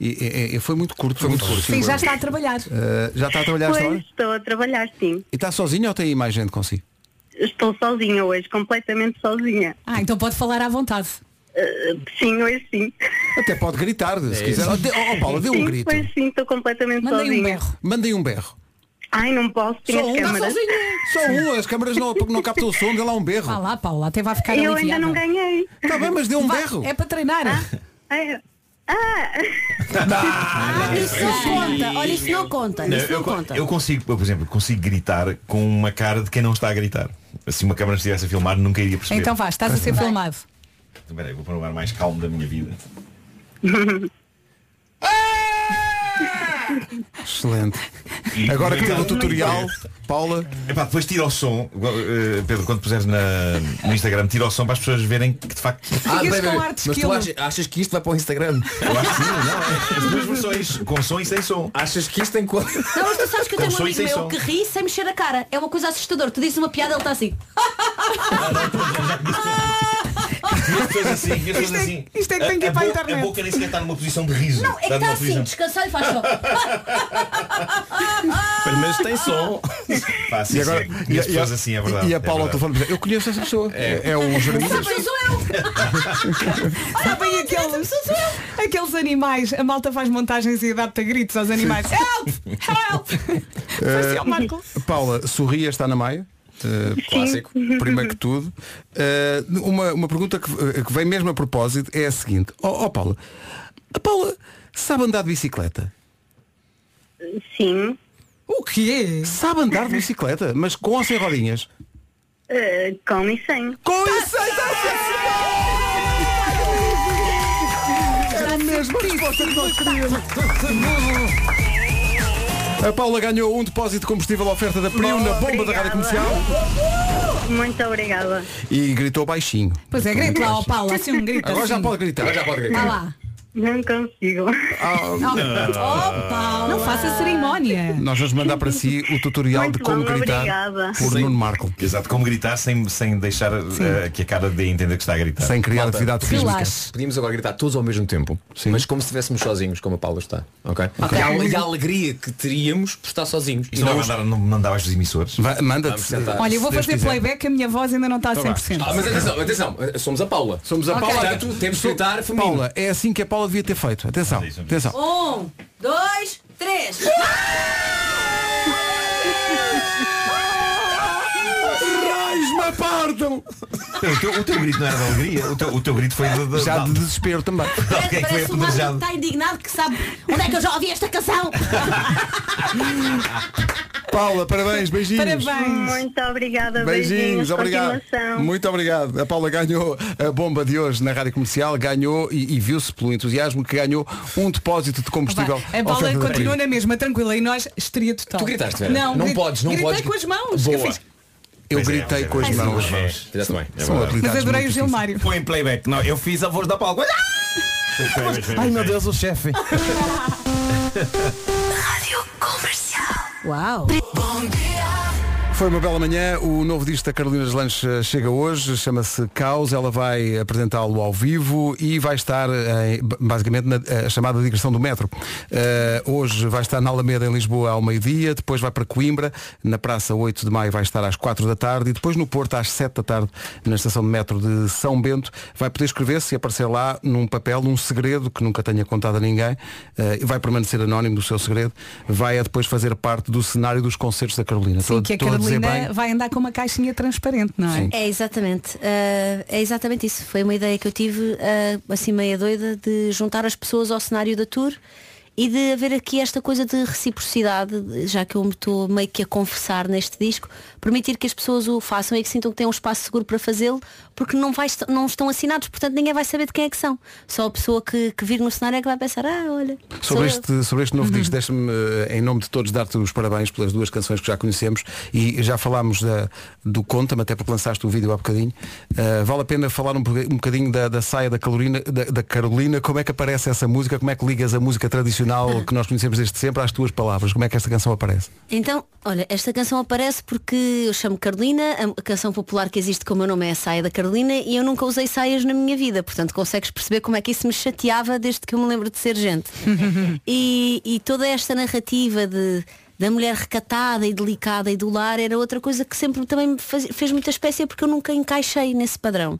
S2: E, e- e foi muito curto. Foi muito curto.
S5: Sim, já está a trabalhar.
S2: Eh, já está a trabalhar esta
S11: Pois,
S2: hora?
S11: estou a trabalhar, sim.
S2: E está sozinha ou tem aí mais gente consigo?
S11: Estou sozinha hoje, completamente sozinha.
S5: Ah, então pode falar à vontade.
S11: Ah, sim, hoje sim.
S2: Até pode gritar, se
S11: É
S2: quiser.
S11: isso.
S2: Oh, de- oh, Paula, dê um
S11: sim,
S2: grito.
S11: Pois sim, estou completamente
S10: Então
S24: um
S11: sozinha.
S2: Mandei um berro.
S11: Ai, não posso, tinha
S2: Só um,
S11: as câmaras.
S2: Só um, as câmaras não, não captam o som, dê lá um berro.
S5: Vá lá, Paula, até vai ficar
S11: Eu
S5: aliviada.
S11: ainda não ganhei.
S2: Está bem, mas dê um
S5: Vá,
S2: berro.
S5: É para treinar.
S11: Ai, ah,
S12: Ah,
S24: isso não conta. Olha, isso não conta.
S12: Não,
S24: Isso
S12: eu,
S24: não
S12: co-
S24: conta.
S12: eu consigo, eu, por exemplo, consigo gritar com uma cara de quem não está a gritar. Se uma câmera estivesse a filmar, nunca iria perceber.
S5: Então vá, estás a ser filmado.
S12: Peraí, vou para o lugar mais calmo da minha vida.
S2: Excelente. Agora que
S9: um
S2: teve o tutorial, Paula.
S12: então- Epá, depois tira o som, eh, Pedro, quando puseres na, no Instagram, tira o som para as pessoas verem que de facto.
S8: Ah, bem, bem, mas tu achas, achas que isto vai para o Instagram?
S12: Eu acho que sim, não. é? As duas versões, com som e sem som.
S8: Achas que isto tem conta?
S24: Não, mas tu sabes que eu tenho
S12: Com
S24: um
S12: som e
S24: amigo
S12: sem
S24: meu
S12: som.
S24: que ri sem mexer a cara. É uma coisa assustadora. Tu dizes uma piada, ele está assim.
S12: As pessoas assim, as pessoas assim.
S24: isto é que tem que ir
S12: A- a
S24: para a
S12: boca-
S24: internet.
S12: A boca nem sequer está numa posição de riso.
S24: Não, é que está
S12: numa
S24: assim,
S12: posição-
S24: descansado e faz só.
S12: Pelo menos tem som. Pá, sim,
S2: E agora-
S12: sim. E as
S2: e- e a-
S12: pessoas assim, é verdade.
S2: e a
S12: é
S2: Paula ao
S12: verdade.
S2: telefone diz, eu conheço essa pessoa. É, é um jornalista.
S5: Essa pessoa sou eu! Sabem aqueles, aqueles animais, a malta faz montagens e adapta gritos aos animais. Help! Help! Parecia o Marco.
S2: Paula, sorria está na Maia. Eh, clássico, primeiro que tudo. Eh, uma, uma pergunta que, eh, que vem mesmo a propósito é a seguinte. Ó ó, Paula, a Paula sabe andar de bicicleta?
S11: Sim.
S2: O quê? Sabe andar de bicicleta, mas com ou sem rodinhas?
S11: ah, com e sem.
S2: Com e Era a mesma resposta que nós queríamos. A Paula ganhou um depósito de combustível à oferta da Priu na bomba da rádio comercial
S11: Muito obrigada.
S2: e gritou baixinho.
S5: Pois é, grito lá, ó Paulo, assim um grito.
S2: Agora
S5: assim.
S2: já pode gritar.
S5: Vá lá.
S11: Não consigo.
S5: Oh, Paulo, não faça cerimónia.
S2: Nós vamos mandar para si o tutorial de como
S5: bom,
S2: gritar
S5: obrigada.
S2: por
S12: Sim.
S2: Nuno Marco.
S12: Exato, como gritar sem, sem deixar eh, que a cara dê a entender que está a gritar.
S2: Sem criar atividade física.
S8: Podíamos agora gritar todos ao mesmo tempo, mas como se estivéssemos sozinhos, como a Paula está. Ok? E, a, e a alegria que teríamos por estar sozinhos.
S12: Isto não, é vai mandar, não mandavas os emissores?
S2: Manda-te.
S5: Olha, eu vou fazer playback, a minha voz ainda não está a
S8: Tá bem.
S5: 100%.
S8: Ah, mas atenção, atenção, somos a Paula.
S2: Somos a
S8: Ok.
S2: Paula.
S8: Portanto, temos que gritar feminino.
S2: Paula, é assim que a Paula devia ter feito. Atenção, atenção.
S24: Um, dois, três.
S2: Raios-me apartam!
S12: O teu, o teu grito não era de alegria, o teu, o teu grito foi de, de,
S2: Já
S12: de-
S2: de desespero também.
S12: alguém que foi
S24: Parece um mago que
S12: apedrejado.
S24: está indignado que sabe onde é que eu já ouvi esta canção.
S2: Paula, parabéns, beijinhos.
S11: Muito obrigada.
S2: Beijinhos, obrigado.
S11: Continuação.
S2: Muito obrigado. A Paula ganhou a bomba de hoje na Rádio Comercial, ganhou e, e viu-se pelo entusiasmo que ganhou um depósito de combustível.
S5: A Paula
S2: oferta da
S5: continua
S2: Priu.
S5: na mesma, tranquila, e nós, histeria total.
S8: Tu gritaste, Vera?
S5: Não,
S8: Não
S5: gri-
S8: podes, não
S5: gritei
S8: podes.
S5: com as mãos.
S8: Boa.
S5: Eu fiz-
S2: Eu
S12: Pois é,
S2: gritei
S12: é
S2: com as
S12: verdade.
S2: mãos.
S12: É, é, fizeste bem, é
S2: São
S12: verdade.
S2: habilidades
S5: Mas adorei
S2: muito
S5: o Gilmário.
S12: Põe playback. Não, eu fiz a voz da Paula.
S25: Ai meu Deus, o chefe.
S26: Rádio Comercial.
S5: Uau.
S26: Bom dia.
S2: Foi uma bela manhã, o novo disco da Carolina dos Lanches eh, chega hoje, chama-se Caos, ela vai apresentá-lo ao vivo e vai estar em, ba- basicamente na eh, chamada digressão do metro. Eh, hoje vai estar na Alameda em Lisboa ao meio-dia, depois vai para Coimbra, na Praça 8 de Maio vai estar às 4 da tarde e depois no Porto às 7 da tarde na estação de metro de São Bento. Vai poder escrever-se e aparecer lá num papel um segredo que nunca tenha contado a ninguém, eh, e vai permanecer anónimo do seu segredo, vai a depois fazer parte do cenário dos concertos da Carolina. Estou-
S3: Sim,
S12: é
S3: que a
S2: estou a dizer bem?
S3: Carolina vai andar com uma caixinha transparente, não é?
S11: É exatamente. ah, é exatamente isso. Foi uma ideia que eu tive, ah, assim meia doida, de juntar as pessoas ao cenário da tour e de haver aqui esta coisa de reciprocidade, de- já que eu me estou meio que a confessar neste disco, permitir que as pessoas o façam e que sintam que têm um espaço seguro para fazê-lo, porque não, vai est- não estão assinados, portanto ninguém vai saber de quem é que são. Só a pessoa que, que vir no cenário é que vai pensar, ah, olha. sou
S2: Sobre
S11: eu."
S2: este, sobre este
S12: Uhum.
S2: novo disco, deixa-me, eh, em nome de todos, dar-te os parabéns pelas duas canções que já conhecemos e já falámos da, do Conta-me, até porque lançaste o vídeo há bocadinho. Eh, vale a pena falar um, boca- um bocadinho da, da saia da, Carolina, da, da Carolina, como é que aparece essa música, como é que ligas a música tradicional que nós conhecemos desde sempre às tuas palavras, como é que esta canção aparece?
S11: Então, olha, esta canção aparece porque eu chamo Carolina, a- a canção popular que existe com o meu nome é a saia da Carolina e eu nunca usei saias na minha vida, portanto consegues perceber como é que isso me chateava desde que eu me lembro de ser gente. e, e toda esta narrativa de, da mulher recatada e delicada e do lar era outra coisa que sempre também me faz- fez muita espécie porque eu nunca encaixei nesse padrão.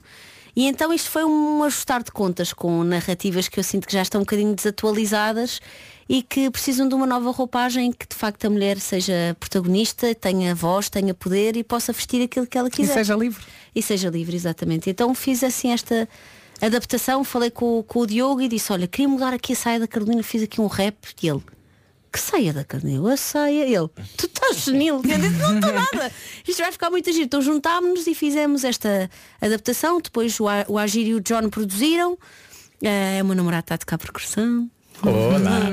S11: E então isto foi um ajustar de contas com narrativas que eu sinto que já estão um bocadinho desatualizadas e que precisam de uma nova roupagem em que de facto a mulher seja protagonista, tenha voz, tenha poder e possa vestir aquilo que ela quiser.
S3: seja livre.
S11: E seja livre, exatamente. Então fiz assim esta adaptação, falei com, o- com o Diogo e disse, olha, queria mudar aqui a saia da Carolina, fiz aqui um rap e ele. Que saia da Carolina? A saia. Ele, tu estás senil. Eu disse, não estou nada. Isto vai ficar muito giro. Então juntámos-nos e fizemos esta adaptação. Depois o, A- o Agir e o John produziram. Eh, É uma namorada está a tocar percussão.
S7: Olá.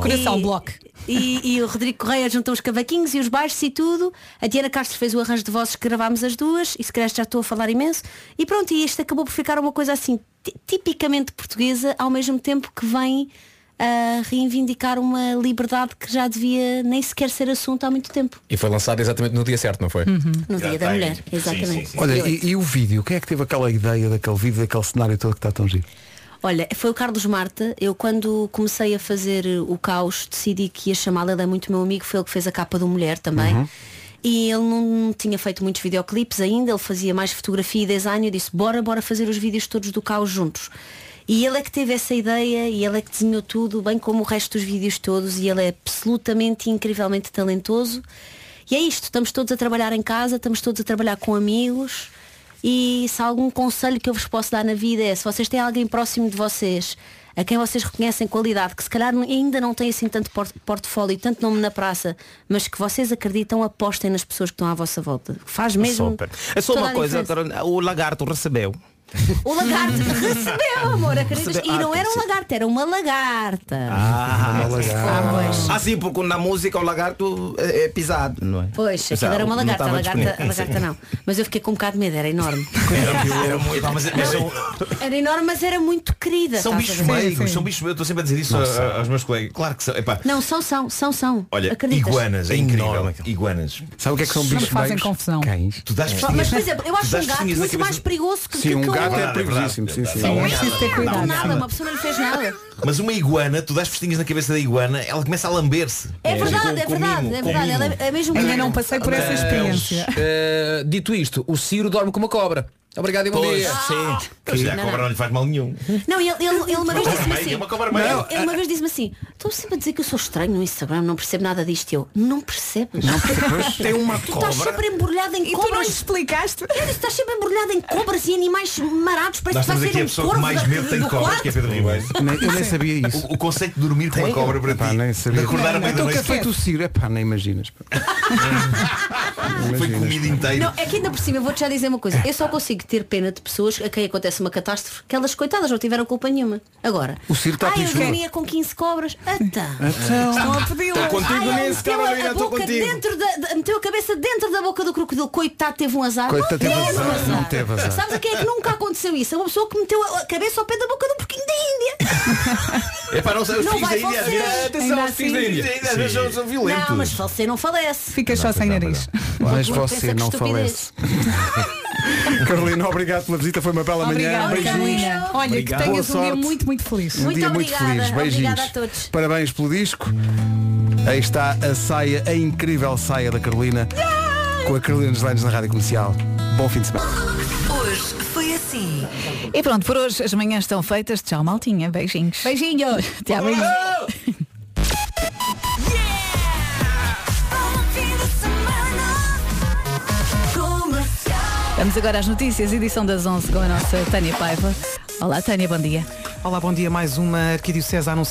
S11: Coração Block. E, e o Rodrigo Correia juntou os cavaquinhos e os baixos e tudo. A Diana Castro fez o arranjo de vozes que gravámos as duas. E se calhar já estou a falar imenso. E pronto, e isto acabou por ficar uma coisa assim ti- tipicamente portuguesa, ao mesmo tempo que vem a reivindicar uma liberdade que já devia nem sequer ser assunto há muito tempo.
S8: E foi lançado exatamente no dia certo, não foi?
S11: No
S8: Hum. Já
S11: Dia
S8: está
S11: da
S8: aí.
S11: Mulher.
S8: Sim,
S11: Exatamente.
S2: Olha, e, e o vídeo, quem é que teve aquela ideia daquele vídeo, daquele cenário todo que está tão giro?
S11: Olha, foi o Carlos Marta. Eu quando comecei a fazer eh, o caos decidi que ia chamá-lo. Ele é muito meu amigo, foi ele que fez a capa do Mulher também. E ele não tinha feito muitos videoclipes ainda, ele fazia mais fotografia e design. Eu disse, bora, bora fazer os vídeos todos do caos juntos. E ele é que teve essa ideia e ele é que desenhou tudo, bem como o resto dos vídeos todos. E ele é absolutamente, incrivelmente talentoso. E é isto, estamos todos a trabalhar em casa, estamos todos a trabalhar com amigos. E se há algum conselho que eu vos posso dar na vida é se vocês têm alguém próximo de vocês, a quem vocês reconhecem qualidade, que se calhar ainda não tem assim tanto por- portfólio, tanto nome na praça, mas que vocês acreditam, apostem nas pessoas que estão à vossa volta. Faz mesmo.
S12: Super. É só
S11: toda
S12: uma
S11: a
S12: coisa,
S11: diferença.
S12: o lagarto recebeu.
S11: O lagarto recebeu, amor, acreditas?
S12: Recebeu.
S11: E
S12: Ah,
S11: não era um
S12: sim.
S11: lagarto, era uma lagarta.
S12: Ah,
S11: Ah, pois.
S12: ah, sim, porque na música o lagarto é, é pisado, não é?
S11: Pois,
S12: Já,
S11: aquilo era uma
S12: não
S11: lagarta, a
S12: estava
S11: lagarta, a
S12: disponível.
S11: lagarta não. Mas eu fiquei com um bocado de medo, era enorme.
S10: Era muito, mas, mas são,
S11: Era enorme, mas era muito querida.
S10: são
S11: estás a
S10: bichos
S11: ver?
S10: meigos, são bichos meigos. Eu estou sempre a dizer isso
S12: Nossa.
S10: a- a- aos meus colegas. Claro que são. Epá,
S11: Não, são, são, são, são.
S10: olha,
S11: Acreditas?
S10: iguanas, é incrível. Iguanas.
S2: Sabe o que é que são bichos
S11: fazem meigos? confusão.
S2: Cães.
S10: Tu dás
S11: Mas,
S10: festinhas-
S11: por exemplo, eu
S10: tu
S11: acho
S10: dás
S11: um gato
S10: festinhas na
S11: muito
S10: cabeça-
S11: mais perigoso que
S10: Sim,
S11: que-
S10: um
S11: que
S10: gato é
S11: outro.
S10: perigosíssimo, sim, sim.
S11: Não,
S10: Sim,
S11: é
S10: preciso ter
S11: Não,
S10: cuidado.
S11: nada, uma pessoa não lhe fez nada.
S10: Mas uma iguana, tu dás festinhas na cabeça da iguana, ela começa a lamber-se.
S11: É verdade,
S10: Com-
S11: é
S10: com
S11: verdade,
S10: mimo,
S11: é
S10: com
S11: verdade.
S10: mimo.
S11: Ela é- é mesmo
S3: Ainda
S11: grande.
S3: não passei por essa
S8: Mas,
S3: experiência.
S8: eh, dito isto, o Ciro dorme com uma cobra. Obrigado e bom
S10: Pois,
S8: dia.
S10: sim. Mas já a
S8: Não,
S10: cobra
S8: não.
S10: não lhe faz mal nenhum.
S11: Não, ele, ele, ele uma
S10: Uma
S11: vez
S10: cobra
S11: disse-me
S10: meia,
S11: assim.
S10: uma cobra meia.
S11: Não, Ele uma vez disse-me assim, estou sempre a dizer que eu sou estranho no Instagram, não percebo nada disto. E Eu, não percebes? Não
S12: percebes? Tem uma
S11: tu estás
S12: cobra.
S11: sempre embrulhado em
S3: tu
S11: cobras.
S3: não lhe explicaste?
S11: Eu disse, estás sempre embrulhado em cobras e animais
S10: Nós
S11: marados, parece que
S10: temos
S11: vai
S10: aqui
S11: ser
S10: a
S11: um
S10: pessoa
S11: corvo
S10: que mais
S11: da-
S10: medo tem de
S11: do
S10: cobras,
S11: quarto.
S10: que é Pedro Ribeiro.
S2: Nem- eu nem sabia isso.
S10: O, o conceito de dormir com uma cobra para ti.
S2: nem sabia.
S10: De acordar a meio da
S2: Então o que é
S10: noite.
S2: feito o Ciro? É pá, nem imaginas. pá.
S10: Foi comida inteira.
S11: Não, é que ainda por cima, eu vou-te já dizer uma
S2: É.
S11: coisa. Eu só consigo ter pena de pessoas a quem acontece uma catástrofe, que elas coitadas não tiveram culpa nenhuma. Agora,
S2: O Ciro está a
S11: ai,
S2: pedir
S11: eu
S2: ajuda.
S11: dormia com 15 cobras. Então.
S3: Estão a pedi-lo.
S11: Ai, ele meteu a boca dentro da, da- meteu a cabeça dentro da boca do crocodilo. Coitado, teve um azar.
S2: Coitado,
S11: não
S2: teve
S11: teve
S2: azar, não teve azar.
S11: Sabes a quem é que nunca aconteceu isso? É uma pessoa que meteu a a cabeça ao pé da boca do porquinho da Índia.
S12: É para não sei, os
S11: Não
S12: filhos da
S11: vai
S12: Índia. às
S11: falecer.
S12: vezes- Atenção,
S11: Ainda
S12: os filhos da
S11: assim.
S12: Índia. às vezes são- são violentos.
S11: Não, mas falecer não falece.
S1: Fica só sem nariz.
S2: Mas
S11: Pensa
S2: você
S11: que
S2: não
S11: estupidez.
S2: falece. Carolina, obrigado pela visita, foi uma bela manhã.
S1: Obrigada,
S2: Beijinhos.
S1: Carolina. Olha,
S2: Obrigado.
S1: que tenhas
S2: Boa
S1: um dia
S2: sorte.
S1: muito, muito feliz.
S2: Um dia muito feliz. Beijinhos. Parabéns pelo disco. Aí está a saia, a incrível saia da Carolina. Com a Carolina dos Landes na Rádio Comercial. Bom fim de semana.
S27: Hoje foi assim.
S5: E pronto, por hoje as manhãs estão feitas. Tchau, maltinha. Beijinhos. Beijinhos. Tchau, beijinhos. Vamos agora às notícias, edição das 11 com a nossa Tânia Paiva. Olá, Tânia, bom dia.
S10: Olá, bom dia. Mais uma arquidiocese anunciada.